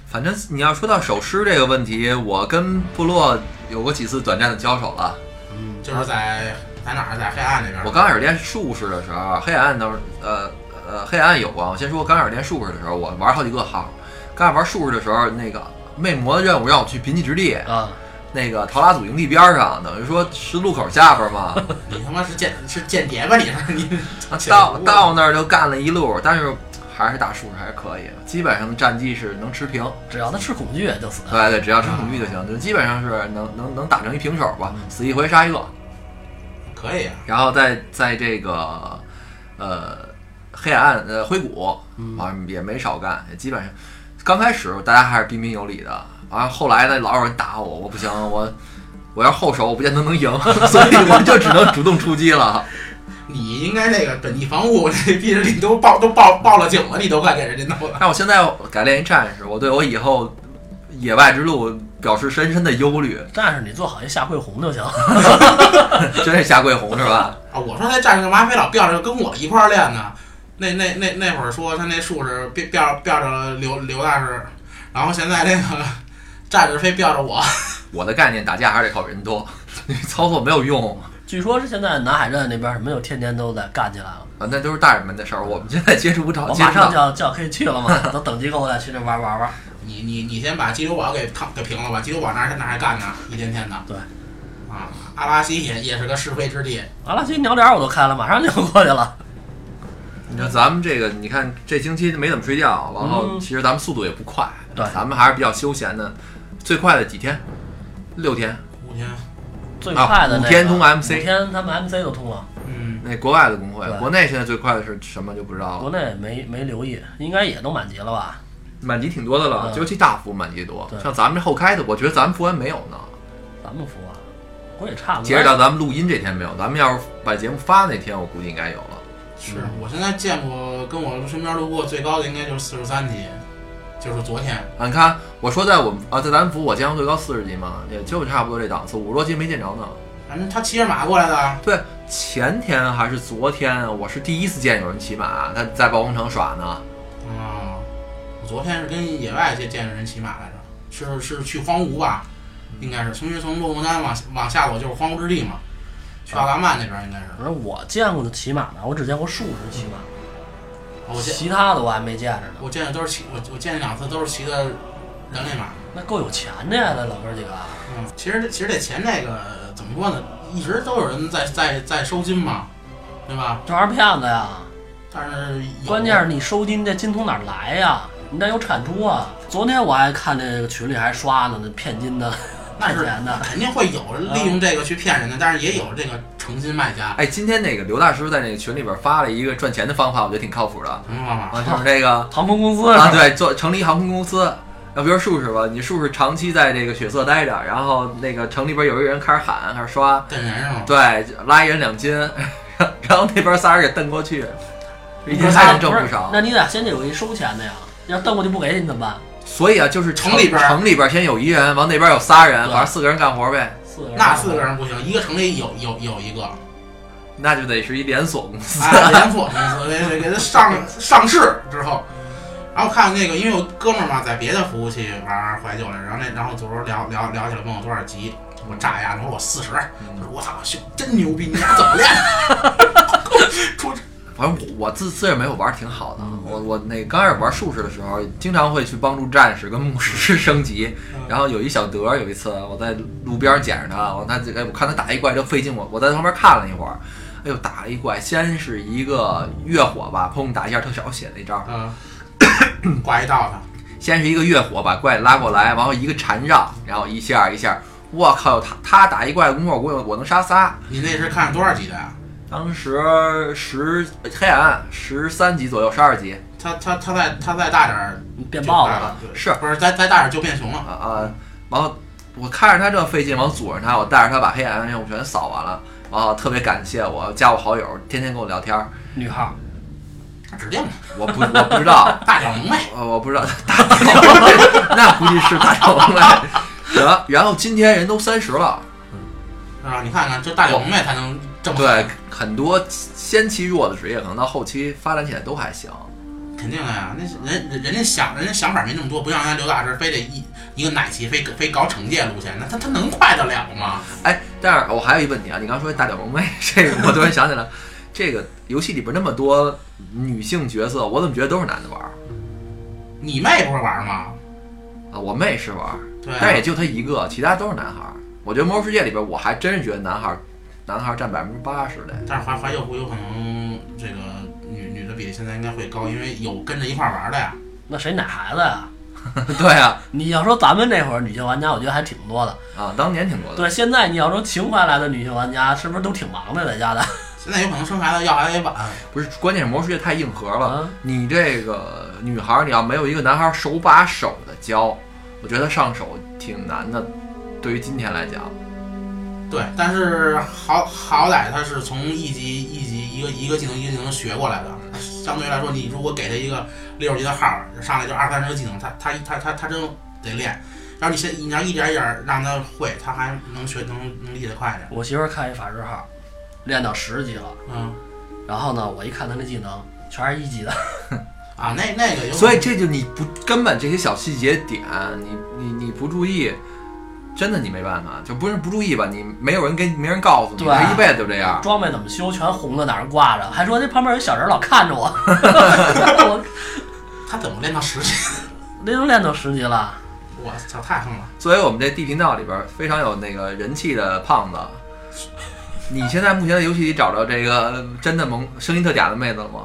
[SPEAKER 1] 反正你要说到手诗这个问题，我跟部落有过几次短暂的交手了。
[SPEAKER 2] 嗯，
[SPEAKER 5] 就是在在哪儿，在黑暗那边。
[SPEAKER 1] 我刚开始练术士的时候，黑暗的呃呃黑暗有关。我先说刚开始练术士的时候，我玩好几个号。刚开始玩术士的时候，那个魅魔的任务让我去贫瘠之地，
[SPEAKER 2] 啊，
[SPEAKER 1] 那个陶拉祖营地边上，等于说十字路口下边嘛。
[SPEAKER 5] 你他妈是间是间谍吧？你是 你
[SPEAKER 1] 到到那儿就干了一路，但是还是大数还是可以，基本上战绩是能持平。
[SPEAKER 2] 只要他吃恐惧就死。
[SPEAKER 1] 对对，只要吃恐惧就行，就基本上是能能能打成一平手吧，死一回杀一个。
[SPEAKER 5] 可以啊，
[SPEAKER 1] 然后在在这个呃黑暗呃灰谷，啊也没少干，也基本上刚开始大家还是彬彬有礼的，完、啊、后来呢老有人打我，我不行，我我要是后手我不见得能赢， 所以我就只能主动出击了。
[SPEAKER 5] 你应该那个本地防务，这逼着你都报都报报了警了，你都快给人家弄了。
[SPEAKER 1] 啊但我现在改练一战士，我对我以后野外之路表示深深的忧虑，
[SPEAKER 2] 但是你做好一下跪红就行。
[SPEAKER 1] 真是下跪红是吧？
[SPEAKER 5] 啊，我说他战士干嘛非老吊着跟我一块儿练呢？那那那那会儿说他那术士吊吊吊着刘刘大师，然后现在这个 战士非吊着我，
[SPEAKER 1] 我的概念打架还是得靠人多， 你操作没有用。
[SPEAKER 2] 据说是现在南海镇那边什么又天天都在干起来了。
[SPEAKER 1] 啊，那都是大人们的事儿，我们现在接触不着。
[SPEAKER 2] 我
[SPEAKER 1] 接
[SPEAKER 2] 马
[SPEAKER 1] 触不到
[SPEAKER 2] 上就要就要可以去了嘛，等等级够了去那玩玩玩。
[SPEAKER 5] 你你你先把基督堡给烫给平了吧，基督堡那儿那儿还干呢，一天天的。
[SPEAKER 2] 对，
[SPEAKER 5] 啊，阿拉西也也是个是非之地，
[SPEAKER 2] 阿拉西鸟点儿我都开了，马上就过去了。
[SPEAKER 1] 你说咱们这个，你看这星期没怎么睡觉，然后
[SPEAKER 2] 嗯
[SPEAKER 1] 其实咱们速度也不快，
[SPEAKER 2] 对
[SPEAKER 1] 咱们还是比较休闲的。最快的几天，六天，
[SPEAKER 5] 五天，
[SPEAKER 2] 最快的
[SPEAKER 1] 啊
[SPEAKER 2] 那个
[SPEAKER 1] 五天通 MC
[SPEAKER 2] 五天他们 MC 都通了，
[SPEAKER 5] 嗯，
[SPEAKER 1] 那国外的工会
[SPEAKER 2] 对，
[SPEAKER 1] 国内现在最快的是什么就不知道
[SPEAKER 2] 国
[SPEAKER 1] 了。
[SPEAKER 2] 内没没留意，应该也都满级了吧？
[SPEAKER 1] 满级挺多的了，
[SPEAKER 2] 嗯
[SPEAKER 1] 尤其大服满级多
[SPEAKER 2] 对，
[SPEAKER 1] 像咱们这后开的，我觉得咱们服完没有呢。
[SPEAKER 2] 咱们服啊，我也差不多。
[SPEAKER 1] 截止到咱们录音这天没有，咱们要是把节目发那天，我估计应该有了。
[SPEAKER 5] 是我现在见过跟我身边路过最高的应该就是四十三级，就是昨天，
[SPEAKER 1] 啊，你看，我说在我们啊，在咱们服我见过最高四十级嘛，也就差不多这档次，五十多级没见着呢。
[SPEAKER 5] 反正他骑着马过来的，
[SPEAKER 1] 对，前天还是昨天，我是第一次见有人骑马，他在暴风城耍呢。
[SPEAKER 5] 啊，我昨天是跟野外见见着人骑马来着，是是去荒芜吧，应该是，从因为从洛阳山往往下走就是荒芜之地嘛，去奥达曼那边应该是，
[SPEAKER 2] 反正我见过的骑马的，我只见过术士骑马，
[SPEAKER 5] 我见
[SPEAKER 2] 其他的我还没见着呢。
[SPEAKER 5] 我见的都是骑我我见两次都是骑的人类马，
[SPEAKER 2] 那够有钱的呀，这老哥几个。
[SPEAKER 5] 嗯，其实这其实这钱这个怎么说呢，一直都有人在在在收金嘛，对吧？
[SPEAKER 2] 这玩意儿骗子呀！
[SPEAKER 5] 但是有
[SPEAKER 2] 关键是你收金这金从哪儿来呀？你得有产出啊！昨天我还看那个群里还刷呢，那骗金的、
[SPEAKER 5] 那
[SPEAKER 2] 骗
[SPEAKER 5] 是
[SPEAKER 2] 钱的，嗯
[SPEAKER 5] 肯定会有利用这个去骗人的，但是也有这个诚心卖家，
[SPEAKER 1] 哎，今天那个刘大师在那个群里边发了一个赚钱的方法，我觉得挺靠谱的啊，
[SPEAKER 5] 明白
[SPEAKER 2] 嗯
[SPEAKER 5] 吗？
[SPEAKER 1] 就是这 个
[SPEAKER 2] 航空公司是吧
[SPEAKER 1] 啊，对，做成立航空公司。要比如术士吧，你术士长期在这个血色待着，然后那个城里边有一个人开始喊，开始刷，
[SPEAKER 5] 瞪人是吗？
[SPEAKER 1] 对，拉一人两斤， 然后那边仨人给蹬过去，一
[SPEAKER 2] 不
[SPEAKER 1] 斤
[SPEAKER 2] 是
[SPEAKER 1] 还
[SPEAKER 2] 他
[SPEAKER 1] 能挣
[SPEAKER 2] 不是
[SPEAKER 1] 少。
[SPEAKER 2] 那你得先得有一收钱的呀，要瞪过去不给你怎么办？
[SPEAKER 1] 所以啊，就是
[SPEAKER 5] 城里边儿
[SPEAKER 1] 城里边先有一人，完那边有仨人，
[SPEAKER 2] 对
[SPEAKER 1] 反正四个人干活呗，
[SPEAKER 5] 嗯
[SPEAKER 2] 四个人
[SPEAKER 5] 那四个人不行，一个城里有有有一个，
[SPEAKER 1] 那就得是一连锁公司。
[SPEAKER 5] 哎，连锁公司给给给他上上市之后，然后看那个，因为我哥们儿嘛在别的服务器玩怀旧来着，然后那然后昨儿聊聊聊起来问我多少级，我炸一下，我说我四十，
[SPEAKER 2] 嗯
[SPEAKER 5] 他说我操，兄真牛逼，你俩怎么练？ 出
[SPEAKER 1] 反正我我自自认为我玩儿挺好的，我
[SPEAKER 5] 嗯
[SPEAKER 1] 我那刚开始玩术士的时候，经常会去帮助战士跟牧师升级。然后有一小德，有一次我在路边捡着他，我他哎我看他打一怪就费劲，我我在旁边看了一会儿，哎呦打了一怪，先是一个月火吧，砰打一下特效血那招，
[SPEAKER 5] 嗯，挂一道
[SPEAKER 1] 先是一个越火把怪拉过来，然后一个缠绕，然后一下一下，我靠他他打一怪功夫，我我能杀仨。
[SPEAKER 5] 他，你那是看多少级的呀？
[SPEAKER 1] 当时十黑暗十三级左右，十二级，
[SPEAKER 5] 他他他再他再大点儿
[SPEAKER 2] 变
[SPEAKER 5] 就啊
[SPEAKER 2] 豹子
[SPEAKER 5] 大
[SPEAKER 2] 了，
[SPEAKER 5] 了，对
[SPEAKER 1] 是
[SPEAKER 5] 不是再再大点儿就变熊了？
[SPEAKER 1] 啊啊，然后我看着他这费劲，完阻着他，我带着他把黑暗任务全扫完了，然后特别感谢我加我好友，天天跟我聊天儿，
[SPEAKER 2] 女号，
[SPEAKER 5] 指定的
[SPEAKER 1] 我不我不知道，
[SPEAKER 5] 大屌萌呗，
[SPEAKER 1] 呃我不知道 大头，那估计是大头呗。行，然后今天人都三十了，
[SPEAKER 5] 是吧？你看看这大屌萌呗才能这么
[SPEAKER 1] 对，很多先期弱的职业，可能到后期发展起来都还行。
[SPEAKER 5] 肯定的呀，那是人人人家想人家想法没那么多，不像人家刘大师非得一一个奶骑，非非搞惩戒路线，那他他能快得了吗？
[SPEAKER 1] 哎，但是我还有一问题啊，你刚说大脚萌妹 这个，我突然想起来， 这个游戏里边那么多女性角色，我怎么觉得都是男的玩儿
[SPEAKER 5] 你妹不是玩吗？
[SPEAKER 1] 啊？我妹是玩儿，
[SPEAKER 5] 对啊
[SPEAKER 1] 但也就她一个，其他都是男孩儿。我觉得《魔兽世界》里边，我还真是觉得男孩儿，男孩儿占百分之八十嘞。
[SPEAKER 5] 但是怀怀旧湖有可能这个女女的比例现在应该会高，因为有跟着一块儿玩的呀。
[SPEAKER 2] 那谁奶孩子呀？
[SPEAKER 1] 对啊，
[SPEAKER 2] 你要说咱们那会儿女性玩家，我觉得还挺多的。
[SPEAKER 1] 啊，当年挺多的。
[SPEAKER 2] 对，现在你要说情怀来的女性玩家，是不是都挺忙的在家的？
[SPEAKER 5] 现在有可能生孩子要孩子也晚，
[SPEAKER 1] 不是，关键是《魔兽世界》太硬核了。
[SPEAKER 2] 啊
[SPEAKER 1] 你这个女孩儿，你要没有一个男孩儿手把手的教，我觉得上手挺难的。对于今天来讲，
[SPEAKER 2] 哦
[SPEAKER 5] 对，但是好好歹他是从一级一级一个一个技能一个技能学过来的，相对来说，你如果给他一个六十级的号儿，上来就二三十个技能，他他他他他真得练。然后你先你要一点一点让他会，他还能学能能理解快点。
[SPEAKER 2] 我媳妇儿看一法师号，练到十级了，
[SPEAKER 5] 嗯
[SPEAKER 2] 然后呢，我一看她那技能，全是一级的。
[SPEAKER 5] 啊，那那个有可能
[SPEAKER 1] 所以这就你不根本这些小细节点，你你你不注意，真的你没办法，就不是不注意吧，你没有人跟没人告诉你，
[SPEAKER 2] 对啊
[SPEAKER 1] 他一辈子就这样。
[SPEAKER 2] 装备怎么修，全红的哪儿挂着，还说那旁边有小人老看着我。 我
[SPEAKER 5] 他怎么练到十级？
[SPEAKER 2] 那都练到十级了，
[SPEAKER 5] 我操，太横了！
[SPEAKER 1] 作为我们这地频道里边非常有那个人气 的胖子，你现在目前在游戏里找着这个真的萌声音特假的妹子了吗？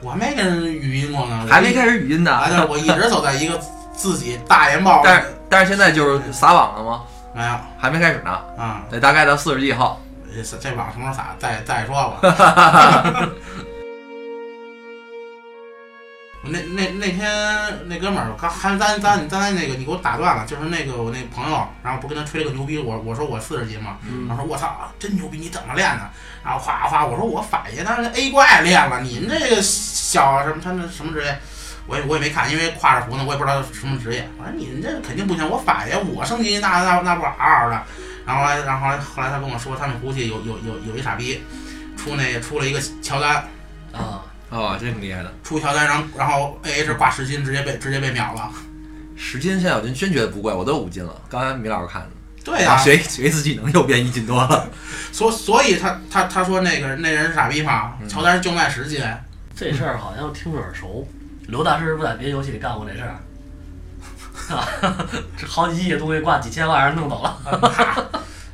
[SPEAKER 5] 我还没跟人语音过呢，我
[SPEAKER 1] 还没
[SPEAKER 5] 一
[SPEAKER 1] 开始语音
[SPEAKER 5] 啊，
[SPEAKER 1] 呢，
[SPEAKER 5] 对，我一直走在一个自己大言暴，
[SPEAKER 1] 但是但是现在就是撒网了吗？
[SPEAKER 5] 没有
[SPEAKER 1] 还没开始呢，
[SPEAKER 5] 啊，
[SPEAKER 1] 得大概到四十级以后。
[SPEAKER 5] 这这网什么时候撒？再再说吧。我那那那天那哥们儿，我刚还咱咱咱咱那个你给我打断了，就是那个我那朋友，然后不跟他吹了个牛逼，我我说我四十级嘛，他说我操真牛逼，你怎么练的？然后哗哗，我说我反应，但是 A 怪练了，你们这个小什么他那什么职业？我也我也没看，因为挎着胡呢，我也不知道什么职业。我说你这肯定不行，我反应我升级那那那不嗷嗷的。然后后来，然后后来后来他跟我说，他们服务器有有有有一傻逼，出那出了一个乔丹，
[SPEAKER 2] 啊、
[SPEAKER 1] 哦，这挺厉害的。
[SPEAKER 5] 出乔丹，然后然后 A H 挂十斤，直接被直接被秒了。
[SPEAKER 1] 十斤现在我真真觉得不贵，我都五斤了。刚才米老师看的，啊
[SPEAKER 5] 对呀、
[SPEAKER 1] 学一学一次技能又变一斤多了。
[SPEAKER 5] 啊所所以他他他说那个那人是傻逼嘛，
[SPEAKER 1] 嗯
[SPEAKER 5] 乔丹就卖十斤，
[SPEAKER 2] 这事儿好像听着耳熟。刘大师是不是在别的游戏里干过这事儿？ 这好几亿的东西挂几千万，人弄走 了。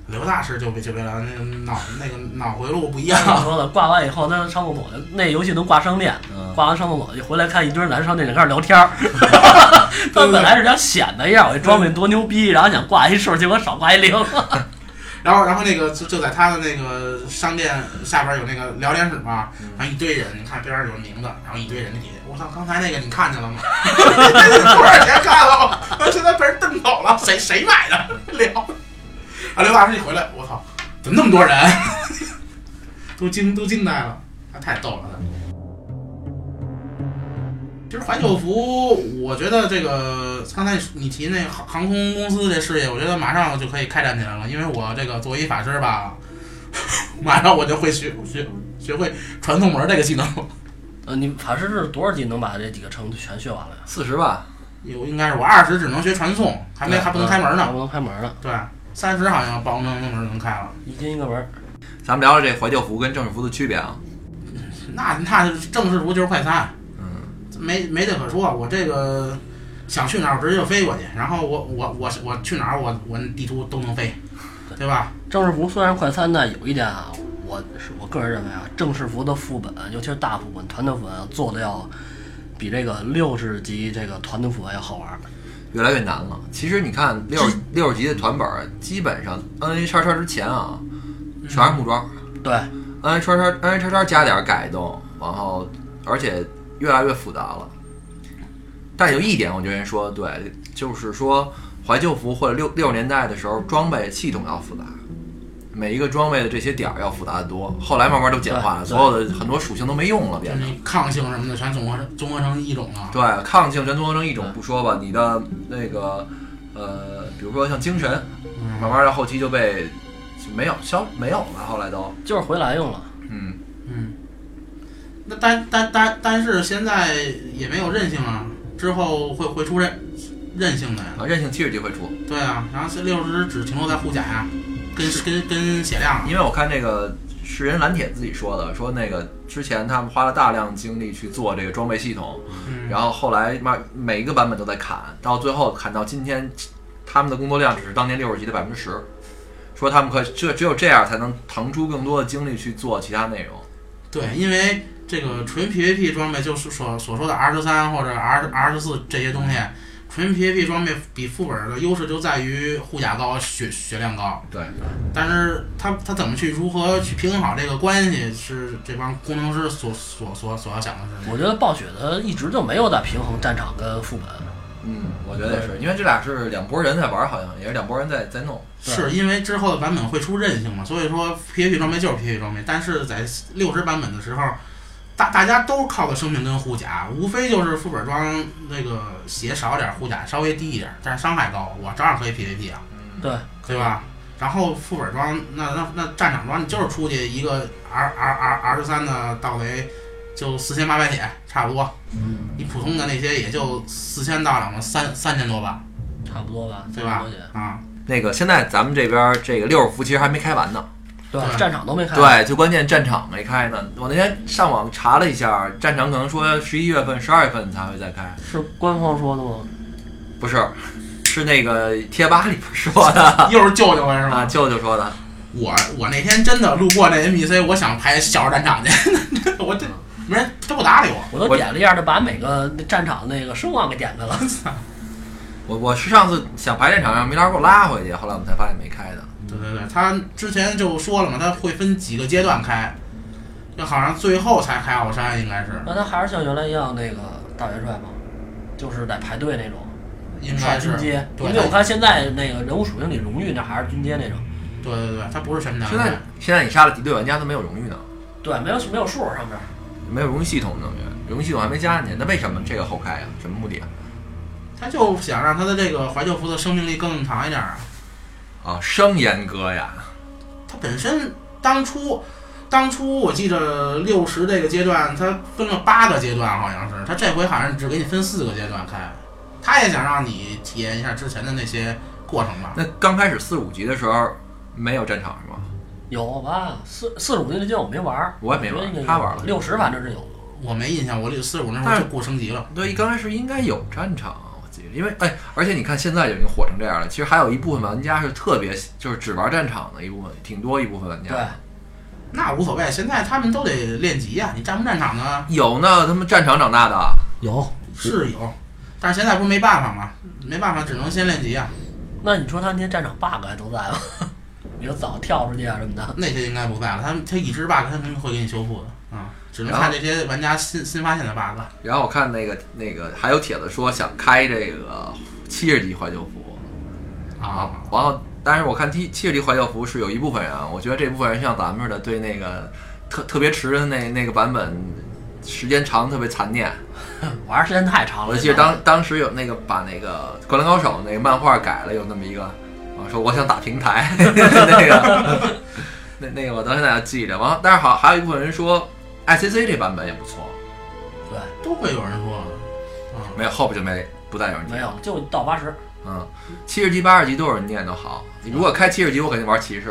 [SPEAKER 5] 刘大师就被就被了，那个脑那个脑回路不一样
[SPEAKER 2] 像。我说的，挂完以后，那上厕所去，那游戏能挂商店，
[SPEAKER 1] 嗯，
[SPEAKER 2] 挂完上厕所就回来看一堆人在商店里开始聊天儿。 他本来是想显摆一下我这装备多牛逼，然后想挂一数，结果少挂一零。
[SPEAKER 5] 然后然后那个就就在他的那个商店下边有那个聊天室嘛，然后一堆人，你看边上有名字，然后一堆人底下，我操，刚才那个你看见了吗？多少钱看了吗？现在被人瞪走了，谁谁买的？ 聊啊，刘大师一回来，我操，怎么那么多人？ 都惊都惊呆了，他太逗了他。其实怀旧服，我觉得这个刚才你提那航航空公司这事业，我觉得马上就可以开展起来了，因为我这个作为一法师吧，马上我就会学学学会传送门这个技能，
[SPEAKER 2] 呃，你法师是多少级能把这几个程序全学完了呀？
[SPEAKER 1] 四十吧，
[SPEAKER 5] 有应该是我二十只能学传送，还没
[SPEAKER 2] 对
[SPEAKER 5] 还不能开门
[SPEAKER 2] 还
[SPEAKER 5] 呢，
[SPEAKER 2] 不能开门呢，
[SPEAKER 5] 对，三十好像帮能能门能开了，
[SPEAKER 2] 一进一个门儿。
[SPEAKER 1] 咱们聊聊这怀旧服跟正式服的区别啊。
[SPEAKER 5] 那那正式服就是快餐，
[SPEAKER 1] 嗯，
[SPEAKER 5] 没没得可说，我这个想去哪儿我直接就飞过去，然后我我我我去哪儿我我地图都能飞，对吧？
[SPEAKER 2] 正式服虽然快餐呢，有一点啊，我是我个人认为啊，正式服的副本，尤其是大副本、团队副本啊做的要比这个六十级这个团队副本要好玩儿。
[SPEAKER 1] 越来越难了。其实你看六十六十级的团本儿，基本上 N A 叉叉之前啊，全是木桩
[SPEAKER 2] 对，
[SPEAKER 1] ，N A 叉叉 N A 叉叉加点儿改动，然后而且越来越复杂了。但有一点，我觉得人说的对，就是说怀旧服或者六六十年代的时候，装备系统要复杂，每一个装备的这些点儿要复杂的多。后来慢慢都简化了，
[SPEAKER 2] 对对
[SPEAKER 1] 所有的很多属性都没用了，变
[SPEAKER 5] 就
[SPEAKER 1] 成
[SPEAKER 5] 是。你抗性什么的全综合综合成一种了。
[SPEAKER 1] 对，抗性全综合成一种不说吧，你的那个呃，比如说像精神，慢慢到后期就被就没有消没有了，后来都
[SPEAKER 2] 就是回蓝用了。
[SPEAKER 1] 嗯，
[SPEAKER 5] 那但但但但是现在也没有韧性啊，之后会会出韧韧性的呀。
[SPEAKER 1] 啊，任性七十级会出，
[SPEAKER 5] 对啊，然后是六十只停留在护甲呀、跟跟跟血量啊。
[SPEAKER 1] 因为我看这个是人蓝铁自己说的，说那个之前他们花了大量精力去做这个装备系统，
[SPEAKER 5] 嗯，
[SPEAKER 1] 然后后来嘛每一个版本都在砍，到最后砍到今天，他们的工作量只是当年六十级的百分之十，说他们可这只有这样才能腾出更多的精力去做其他内容。
[SPEAKER 5] 对，因为这个纯 PVP 装备就是所所说的 R 十三或者 R R 十四这些东西，纯 PVP 装备比副本的优势就在于护甲高、血血量高，
[SPEAKER 1] 对，
[SPEAKER 5] 但是它它怎么去如何去平衡好这个关系，是这帮工程师所所所所要想的事情。
[SPEAKER 2] 我觉得暴雪的一直就没有在平衡战场跟副本，
[SPEAKER 1] 嗯，我觉得也是，因为这俩是两拨人在玩，好像也是两拨人在在弄。
[SPEAKER 5] 是因为之后的版本会出韧性嘛，所以说 PVP 装备就是 PVP 装备，但是在六十版本的时候，大大家都靠的生命跟护甲，无非就是副本装那个血少点，护甲稍微低一点，但是伤害高，我照样可以 PVP 啊，
[SPEAKER 2] 对，
[SPEAKER 5] 对吧？然后副本装那那那战场装，你就是出去一个 R R R R 十三的盗雷，就四千八百血差不多，你普通的那些也就四千到两万三三千多吧，
[SPEAKER 2] 差不多吧，
[SPEAKER 5] 对吧
[SPEAKER 2] 差不多也？
[SPEAKER 5] 啊，那
[SPEAKER 1] 那个现在咱们这边这个六十服其实还没开完呢，
[SPEAKER 5] 对
[SPEAKER 2] 对，战场都没开，，
[SPEAKER 1] 对，就关键战场没开呢。我那天上网查了一下，战场可能说十一月份、十二月份才会再开，
[SPEAKER 2] 是官方说的吗？
[SPEAKER 1] 不是，是那个贴吧里边说的
[SPEAKER 5] 又是舅舅了 是吗？
[SPEAKER 1] 啊，舅舅说的。
[SPEAKER 5] 我我那天真的路过那 NPC，我想拍《小战场》去， 我这没人都不搭理我。
[SPEAKER 2] 我都
[SPEAKER 1] 我
[SPEAKER 2] 点了一下，就把每个战场那个声望给点开了。
[SPEAKER 1] 我我是上次想排战场，让米拉给我拉回去，后来我们才发现没开的。
[SPEAKER 5] 对对对，他之前就说了嘛，他会分几个阶段开，那好像最后才开奥山，应该是，
[SPEAKER 2] 那他还是像原来一样那个大元帅吗？就是得排队那种，
[SPEAKER 5] 应
[SPEAKER 2] 刷
[SPEAKER 5] 该
[SPEAKER 2] 军
[SPEAKER 5] 是。
[SPEAKER 2] 阶。因
[SPEAKER 5] 对
[SPEAKER 2] 为我看现在那个人物属性里荣誉那还是军阶那种，
[SPEAKER 5] 对对对，他不是全单
[SPEAKER 1] 现在现在你杀了敌对玩家都没有荣誉呢，
[SPEAKER 2] 对，没有没有数上面。
[SPEAKER 1] 没有荣誉系统等于荣誉系统还没加进去，那为什么这个后开呀、什么目的啊？
[SPEAKER 5] 他就想让他的这个怀旧服的生命力更长一点啊。
[SPEAKER 1] 啊，生严哥呀，
[SPEAKER 5] 他本身当初，当初我记着六十这个阶段，他分了八个阶段，好像是，他这回好像只给你分四个阶段开，他也想让你体验一下之前的那些过程吧。
[SPEAKER 1] 那刚开始四十五级的时候没有战场是吗？
[SPEAKER 2] 有吧？四四十五那个阶我没玩儿，
[SPEAKER 1] 我也没玩儿
[SPEAKER 2] 觉得应该有
[SPEAKER 1] 他玩了
[SPEAKER 2] 六十反正是有。
[SPEAKER 5] 我没印象，我六四五那会儿就过升级了。
[SPEAKER 1] 对，刚开始应该有战场，我记得，因为哎，而且你看现在就已经火成这样了，其实还有一部分玩家是特别就是只玩战场的一部分，挺多一部分玩家。
[SPEAKER 2] 对，
[SPEAKER 5] 那无所谓，现在他们都得练级啊呀、你站不站场呢？
[SPEAKER 1] 有那他们战场长大的，
[SPEAKER 2] 有。
[SPEAKER 5] 是有，但是现在不是没办法吗？没办法，只能先练级啊。
[SPEAKER 2] 那你说他那些战场 bug 还都在吗？ 你说早跳出去啊什么的，
[SPEAKER 5] 那些应该不在了，他们他已知 bug 他们会给你修复的啊，只能
[SPEAKER 1] 然后
[SPEAKER 5] 看这些玩家新新发现的 bug。
[SPEAKER 1] 然后我看那个那个还有帖子说想开这个七十级怀旧服嗯
[SPEAKER 5] 啊，
[SPEAKER 1] 然后但是我看七七十级怀旧服是有一部分人啊，我觉得这部分人像咱们似的，对那个特特别迟的那那个版本时间长特别残念。
[SPEAKER 2] 玩儿时间太长了。
[SPEAKER 1] 啊我记得当当时有那个把那个《灌篮高手》那个漫画改了，有那么一个，我说我想打平台 那个，那那个我到现在还记着。完了，但是好还有一部分人说 ICC 这版本也不错，
[SPEAKER 2] 对，
[SPEAKER 5] 都会有人说了。啊，
[SPEAKER 1] 没有后边就没不再有人提
[SPEAKER 2] 没有就到八十。
[SPEAKER 1] 嗯，七十级、八十级都有人念都好。你如果开七十级，我肯定玩骑士；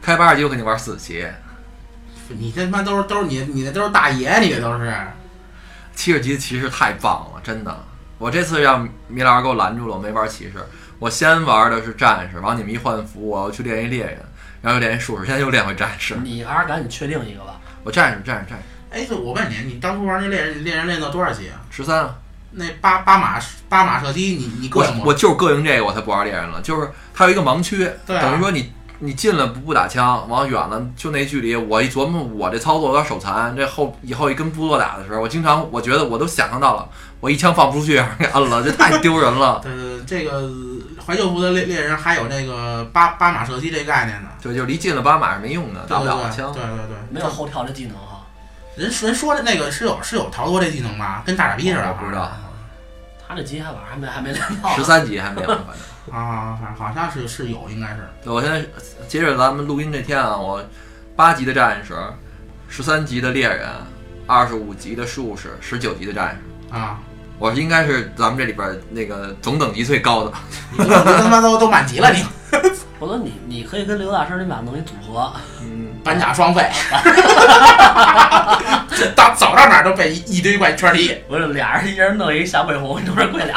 [SPEAKER 1] 开八十级，我肯定玩四骑。
[SPEAKER 5] 你这他妈都是都是你你这都是大爷，你这都是。
[SPEAKER 1] 七十级骑士太棒了，真的。我这次让米老师给我拦住了，我没玩骑士，我先玩的是战士，完你们一换服，我又去练一猎人，然后又练一术士，现在又练回战士。
[SPEAKER 5] 嗯
[SPEAKER 2] 你还是赶紧确定一个吧。
[SPEAKER 1] 我战士，战士，战士，
[SPEAKER 5] 哎，对我问你，你当初玩那猎人，你猎人练到多少级啊？
[SPEAKER 1] 十三啊！
[SPEAKER 5] 那八八马八马射击，你你够
[SPEAKER 1] 我
[SPEAKER 5] 用
[SPEAKER 1] 我
[SPEAKER 5] 吗？
[SPEAKER 1] 就是膈应这个，我才不玩猎人了。就是它有一个盲区，
[SPEAKER 5] 对啊
[SPEAKER 1] 等于说你你近了不不打枪，往远了就那距离，我一琢磨，我这操作有点手残，这后以后一跟部落打的时候，我经常我觉得我都想象到了，我一枪放不出去， 让人给摁了，这太丢人了。
[SPEAKER 5] 对对对，这个怀旧服的猎猎人还有这个八八马射击这概念呢。
[SPEAKER 1] 就就离近了八码是没用的，
[SPEAKER 5] 对
[SPEAKER 1] 打不
[SPEAKER 5] 对
[SPEAKER 1] 了
[SPEAKER 5] 对，
[SPEAKER 1] 枪。
[SPEAKER 5] 对对对，
[SPEAKER 2] 没有后跳这技能啊哈，
[SPEAKER 5] 人人说的那个是有是有逃脱这技能吗？跟大傻逼似的。啊
[SPEAKER 1] 我不知道，
[SPEAKER 2] 他这级还玩还没还 没练到。
[SPEAKER 1] 十三级还没有，反正。
[SPEAKER 5] 啊，反正好像是是有，应该是。
[SPEAKER 1] 对，我现在接着咱们录音这天啊，我八级的战士，十三级的猎人，二十五级的术士，十九级的战士，
[SPEAKER 5] 啊，
[SPEAKER 1] 我应该是咱们这里边那个总等级最高的。
[SPEAKER 5] 你你他妈都都满级了，你
[SPEAKER 2] 我说你你可以跟刘大师你们俩弄一组合，
[SPEAKER 1] 嗯，
[SPEAKER 5] 板甲双飞， 这到走到哪儿都被一一堆怪圈踢。
[SPEAKER 2] 我说俩人一人弄一下跪红，中间跪俩。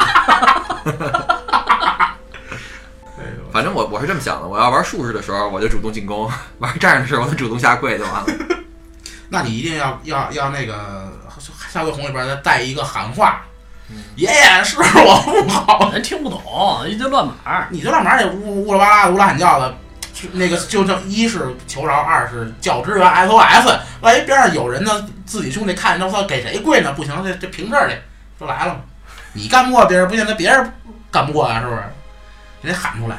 [SPEAKER 1] 反正我我是这么想的，我要玩术士的时候，我就主动进攻； 玩战士的时候，我就主动下跪就完了。
[SPEAKER 5] 那你一定要要要那个夏桂红里边再带一个喊话，爷爷是我不好，
[SPEAKER 2] 人听不懂，一堆乱码。
[SPEAKER 5] 你就那玩意儿得呜呜啦哇啦呜啦喊叫的。是那个就这一是求饶，二是叫支援 SOS。万一边上有人呢，自己兄弟看着说给谁跪呢？不行，这这平事儿去，就来了嘛。你干不过别人，不见得别人干不过啊，是不是？你得喊出来。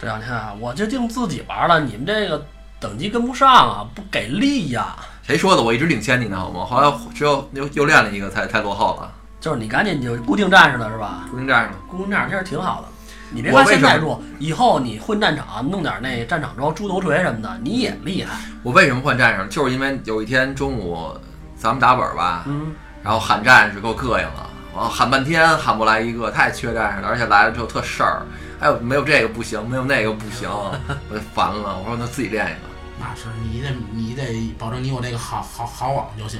[SPEAKER 2] 这两天啊，我就净自己玩了，你们这个等级跟不上啊，不给力呀、
[SPEAKER 1] 谁说的？我一直领先你呢，好吗？后来只有又又练了一个才，才落后了。
[SPEAKER 2] 就是你赶紧你就固定战士了是吧？
[SPEAKER 1] 固定战士嘛，
[SPEAKER 2] 固定战士其实挺好的。你别
[SPEAKER 1] 我
[SPEAKER 2] 看
[SPEAKER 1] 为
[SPEAKER 2] 现
[SPEAKER 1] 什
[SPEAKER 2] 在
[SPEAKER 1] 么
[SPEAKER 2] 弱，以后你混战场，弄点那战场装、猪头锤什么的，你也厉害。
[SPEAKER 1] 我为什么换战士？就是因为有一天中午咱们打本儿吧，
[SPEAKER 2] 嗯，
[SPEAKER 1] 然后喊战士给我膈应了，完了喊半天喊不来一个，太缺战士了，而且来了之后特事儿，哎呦没有这个不行，没有那个不行，
[SPEAKER 5] 哦
[SPEAKER 1] 我就烦了，我说那自己练一个，
[SPEAKER 5] 那是你得你得保证你有那个好好好网就行。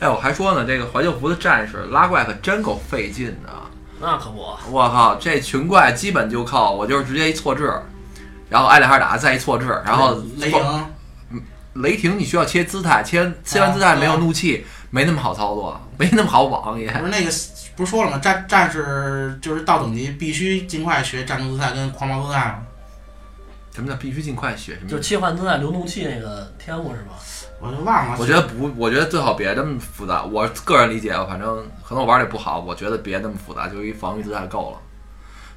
[SPEAKER 1] 哎我还说呢，这个怀旧服的战士拉怪可真够费劲的，
[SPEAKER 2] 那可不，
[SPEAKER 1] 我靠，这群怪基本就靠我就是直接一错置，然后挨两下打再一错置，然后
[SPEAKER 5] 雷霆哎
[SPEAKER 1] 雷霆你需要切姿态，切切完姿态没有怒气，没那么好操作，没那么好网也。
[SPEAKER 5] 不是那个不是说了吗？战战士就是到等级必须尽快学战争姿态跟狂暴姿态吗？
[SPEAKER 1] 什么叫必须尽快学？什么
[SPEAKER 2] 就
[SPEAKER 1] 叫？
[SPEAKER 2] 切换姿态流动器那个天幕是吗？
[SPEAKER 5] 我就忘了。
[SPEAKER 1] 我觉得不，我觉得最好别这么复杂。我个人理解，反正可能我玩的也不好，我觉得别那么复杂，就一防御姿态够了。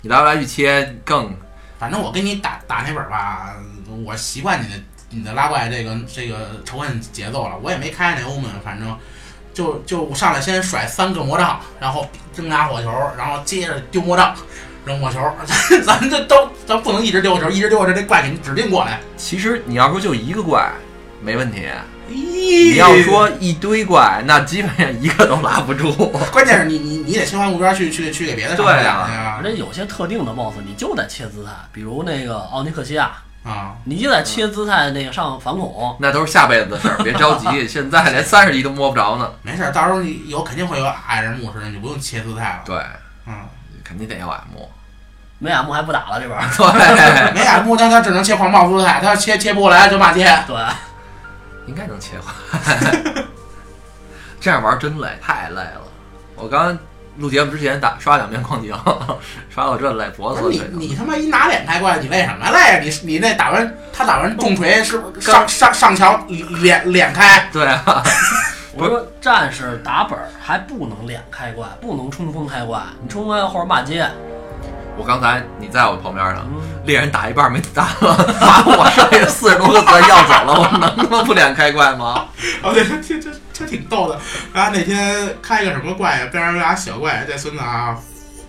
[SPEAKER 1] 你来来去切更
[SPEAKER 5] 反正我跟你打打那本儿吧，我习惯你的你的拉怪这个这个仇恨节奏了，我也没开那欧盟，反正就就我上来先甩三个魔杖，然后扔俩火球，然后接着丢魔杖，扔火球， 咱这都咱不能一直丢火球，一直丢火球，这怪给你指定过来。
[SPEAKER 1] 其实你要说就一个怪没问题，
[SPEAKER 5] 你
[SPEAKER 1] 你要说一堆怪，那基本上一个都拉不住。
[SPEAKER 5] 关键是你你你得切换目标去去去给别的
[SPEAKER 1] 对
[SPEAKER 5] 商
[SPEAKER 1] 啊
[SPEAKER 5] 量呀
[SPEAKER 2] 反正有些特定的 BOSS 你就得切姿态，比如那个奥尼克西亚，
[SPEAKER 5] 啊！
[SPEAKER 2] 你就得
[SPEAKER 1] 嗯
[SPEAKER 2] 切姿态那个上反恐。
[SPEAKER 1] 那都是下辈子的事儿，别着 急，现在连三十级都摸不着呢。
[SPEAKER 5] 没事儿，到时候你有肯定会有矮人牧师，你就不用切姿态了。
[SPEAKER 1] 对，
[SPEAKER 5] 嗯，
[SPEAKER 1] 肯定得要 M。
[SPEAKER 2] 梅亚木还不打了这边 儿，
[SPEAKER 1] 对，
[SPEAKER 5] 没矮牧师他只能切狂暴姿态，他要切切不过来就骂街。
[SPEAKER 2] 对，
[SPEAKER 1] 应该能切换。 这样玩真累，太累了。我刚录节目之前打刷两遍矿井， 刷到这累脖子
[SPEAKER 5] 不
[SPEAKER 1] 都
[SPEAKER 5] 是
[SPEAKER 1] 累
[SPEAKER 5] 你你他妈一拿脸开怪，你累什么累呀？你你那打完他打完重锤是不是上上上桥脸脸开，
[SPEAKER 1] 对啊，
[SPEAKER 2] 我说战士打本儿还不能脸开怪，不能冲锋开怪，你冲锋开怪或者骂街，
[SPEAKER 1] 我刚才你在我旁边呢
[SPEAKER 2] 嗯，
[SPEAKER 1] 猎人打一半没子弹了， 把我剩下四十多个子弹要走了，我能他妈不脸开怪吗？
[SPEAKER 5] 哦对，这这这挺逗的。然后那天开个什么怪呀，边上有俩小怪，这孙子啊，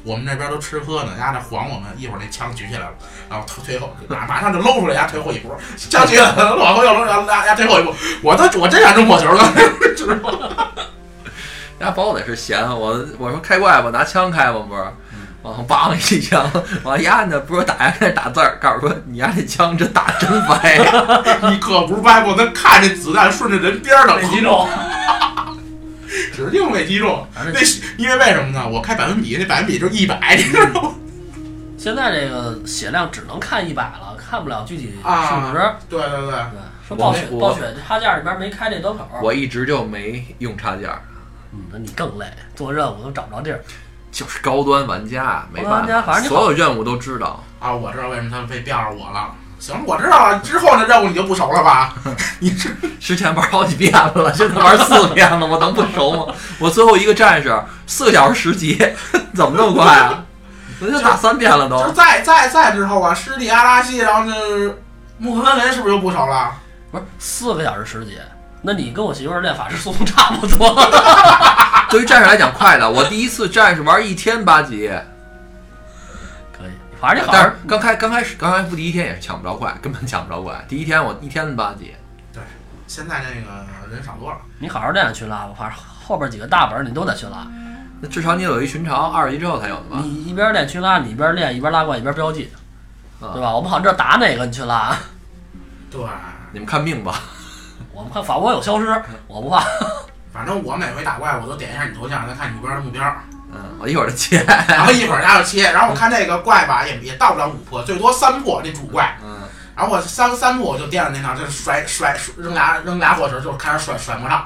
[SPEAKER 5] 我们这边都吃喝呢，丫的晃我们，一会儿那枪举起来了，然后退退后，马马上就搂出来，丫退后一步，枪举起来了，往后又搂，然后丫丫退后一步，我都我真想扔火球了， 知道吗？
[SPEAKER 1] 人家包子也是闲，我我说开怪吧，拿枪开吧，不是，然后梆一枪， 往丫那不是打 丫那打字儿，告诉说你丫这枪真打真歪，
[SPEAKER 5] 你可不是掰过，能看这子弹顺着人边儿的
[SPEAKER 2] 被击中。
[SPEAKER 5] 指定没击中。那因为为什么呢？我开百分比，那百分比就是一百，你知道吗？
[SPEAKER 2] 现在这个血量只能看一百了，看不了具体数值。
[SPEAKER 5] 啊对对对，
[SPEAKER 2] 对，
[SPEAKER 1] 我
[SPEAKER 2] 说暴雪
[SPEAKER 1] 我
[SPEAKER 2] 暴雪插件里边没开这端口，
[SPEAKER 1] 我一直就没用插件儿，
[SPEAKER 2] 嗯，那你更累，做任务都找不着地儿。
[SPEAKER 1] 就是高端玩家，没办
[SPEAKER 2] 高端玩家
[SPEAKER 1] 法，
[SPEAKER 2] 反正就
[SPEAKER 1] 所有任务都知道。
[SPEAKER 5] 啊，我知道为什么他们非吊着我了。行，我知道了，之后的任务你就不熟了吧？你这
[SPEAKER 1] 之前玩好几遍了， 现在玩四遍了，我能不熟 吗？我最后一个战士四个小时十级， 怎么那么快 啊？我就打三遍了都
[SPEAKER 5] 就。是再再再之后啊，施蒂阿拉西，然后就是穆克森林，是不是又不熟了？
[SPEAKER 2] 不是四个小时十几，那你跟我媳妇儿练法师速度差不多。
[SPEAKER 1] 对于战士来讲，快的。我第一次战士玩一天八级，
[SPEAKER 2] 可以，反正你好
[SPEAKER 1] 但
[SPEAKER 2] 好
[SPEAKER 1] 是。刚开刚开始刚开服第一天也是抢不着怪，根本抢不着怪。第一天我一天八级，
[SPEAKER 5] 现在这个人少多了。
[SPEAKER 2] 你好好练练群拉吧，反正后边几个大本儿你都得去拉。
[SPEAKER 1] 那至少你有一巡场，二十级之后才有的吧？
[SPEAKER 2] 你一边练群拉，你一边练，一边拉怪，一边标记，
[SPEAKER 1] 啊
[SPEAKER 2] 对吧？我们好像这打哪个你去拉，
[SPEAKER 5] 对，
[SPEAKER 1] 你们看命吧。
[SPEAKER 2] 我们看法国有消失，我不怕。
[SPEAKER 5] 反正我每回打怪，我都点一下你头像，再看你目标的目标，
[SPEAKER 1] 嗯，我一会儿就切。
[SPEAKER 2] 哎
[SPEAKER 5] 然后一会儿他就切，然后我看这个怪吧，也也到不了五破，最多三破这主怪。
[SPEAKER 1] 嗯，
[SPEAKER 5] 然后我三三步我就掂量掂量，就是甩甩扔俩扔俩火球，就是开始甩甩魔杖，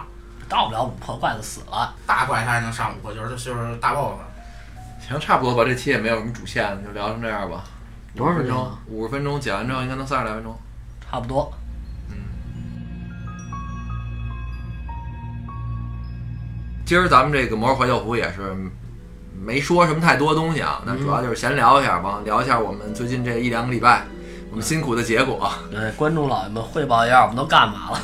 [SPEAKER 2] 到不了五破怪就死了。
[SPEAKER 5] 大怪他还能上五破球，就是就是大 boss。
[SPEAKER 1] 行，差不多吧。这期也没有什么主线，就聊成这样吧。
[SPEAKER 2] 多少分钟
[SPEAKER 1] 钟
[SPEAKER 2] 啊？
[SPEAKER 1] 五十分钟，剪完之后应该能三十来分钟。
[SPEAKER 2] 差不多。
[SPEAKER 1] 今儿咱们这个魔兽怀旧服也是没说什么太多东西
[SPEAKER 2] 嗯
[SPEAKER 1] 啊，那主要就是闲聊一下吧，聊一下我们最近这一两个礼拜我们辛苦的结果，
[SPEAKER 2] 对，观众老爷们汇报一下我们都干嘛了。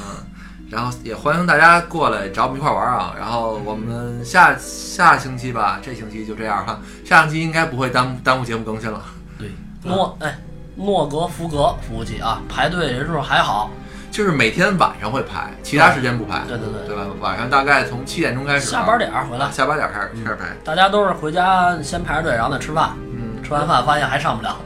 [SPEAKER 1] 然后也欢迎大家过来找我们一块玩啊。然后我们下下星期吧，这星期就这样了，下星期应该不会耽误耽误节目更新了。
[SPEAKER 2] 对，诺哎，诺格福格服务器啊，排队人数还好，
[SPEAKER 1] 就是每天晚上会排，其他时间不排。
[SPEAKER 2] 嗯对对对
[SPEAKER 1] 对吧？晚上大概从七点钟开始啊，
[SPEAKER 2] 下班点儿回来
[SPEAKER 1] 啊，下班点儿开始开始排。
[SPEAKER 2] 大家都是回家先排着队，然后再吃饭。
[SPEAKER 1] 嗯，
[SPEAKER 2] 吃完饭发现还上不了，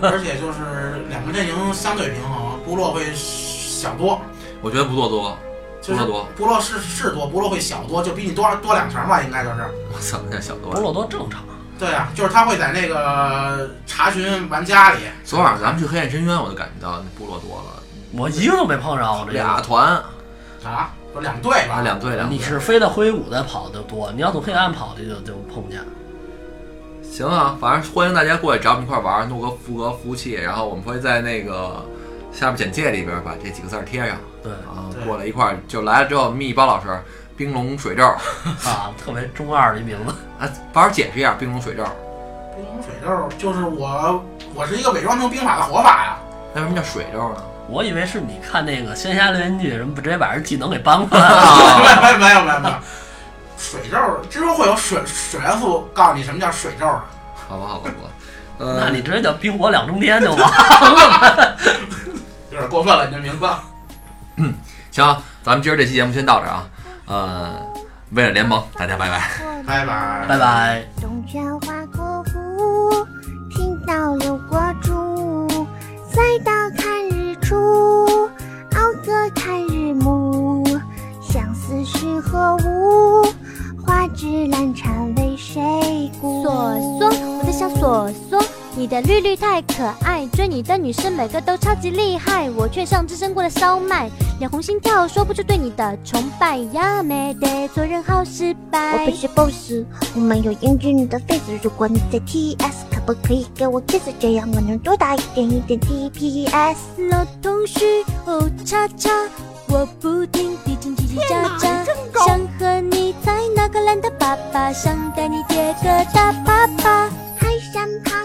[SPEAKER 5] 而且就是两个阵营相对平衡，部落会小多，
[SPEAKER 1] 我觉得不做多，
[SPEAKER 5] 就
[SPEAKER 1] 部
[SPEAKER 5] 是
[SPEAKER 1] 落多
[SPEAKER 5] 部落是是多，部落会小多，就比你多多两成吧，应该就是。
[SPEAKER 1] 我操，那小多
[SPEAKER 2] 不
[SPEAKER 1] 了。
[SPEAKER 2] 落多正常。
[SPEAKER 5] 对啊，就是他会在那个查询玩家里，
[SPEAKER 1] 昨晚上咱们去黑暗深渊，我就感觉到那部落多了，
[SPEAKER 2] 我一个都没碰上，我这
[SPEAKER 1] 俩团
[SPEAKER 5] 啊，不是两队吧
[SPEAKER 1] 啊，？两队两队
[SPEAKER 2] 你。是非得灰谷再跑的多，你要从黑暗跑的就就碰不见。
[SPEAKER 1] 行啊，反正欢迎大家过来找我们一块玩，弄个符格服务器，然后我们会在那个下面简介里边把这几个字儿贴上
[SPEAKER 2] 对
[SPEAKER 1] 啊
[SPEAKER 5] 对，
[SPEAKER 1] 过来一块儿就来了之后，密一帮老师冰龙水咒啊，
[SPEAKER 2] 啊，特别中二的一名字。
[SPEAKER 1] 帮我解释一下冰龙水咒，
[SPEAKER 5] 冰龙水咒就是我，我是一个伪装成兵法的活法呀、
[SPEAKER 1] 那为什么叫水咒呢？
[SPEAKER 2] 我以为是你看那个《仙侠留言记》什么，直接把人技能给搬过来了。
[SPEAKER 5] 没 有没有没有没有没有，水咒之后会有水水元素告诉你什么叫水咒的。
[SPEAKER 1] 好吧，好 吧，好吧。呃，
[SPEAKER 2] 那你直接叫冰火两重天就完。
[SPEAKER 5] 有点过分了，你这名字。
[SPEAKER 1] 行啊，咱们今儿这期节目先到这儿啊。呃，为了联盟，大家拜拜。
[SPEAKER 5] 拜拜。
[SPEAKER 2] 拜拜。
[SPEAKER 4] 东边划过湖，平道流过竹，赛道看日出，敖歌看日暮。相思是何物？花枝兰蝉为谁顾？
[SPEAKER 6] 索索，我在想索索，你的绿绿太可爱，追你的女生每个都超级厉害，我却像只生过的烧麦，脸红心跳，说不出对你的崇拜呀，没得做人好失败。
[SPEAKER 4] 我不是 boss，我没有英俊你的 face。如果你在 TS，可不可以给我 kiss？这样我能多打一点一点 TPS。
[SPEAKER 6] 老同学，哦叉叉，我不停地叽叽叽喳喳，想和你在那个蓝的粑粑，想带你叠个大粑粑。
[SPEAKER 4] 海山爬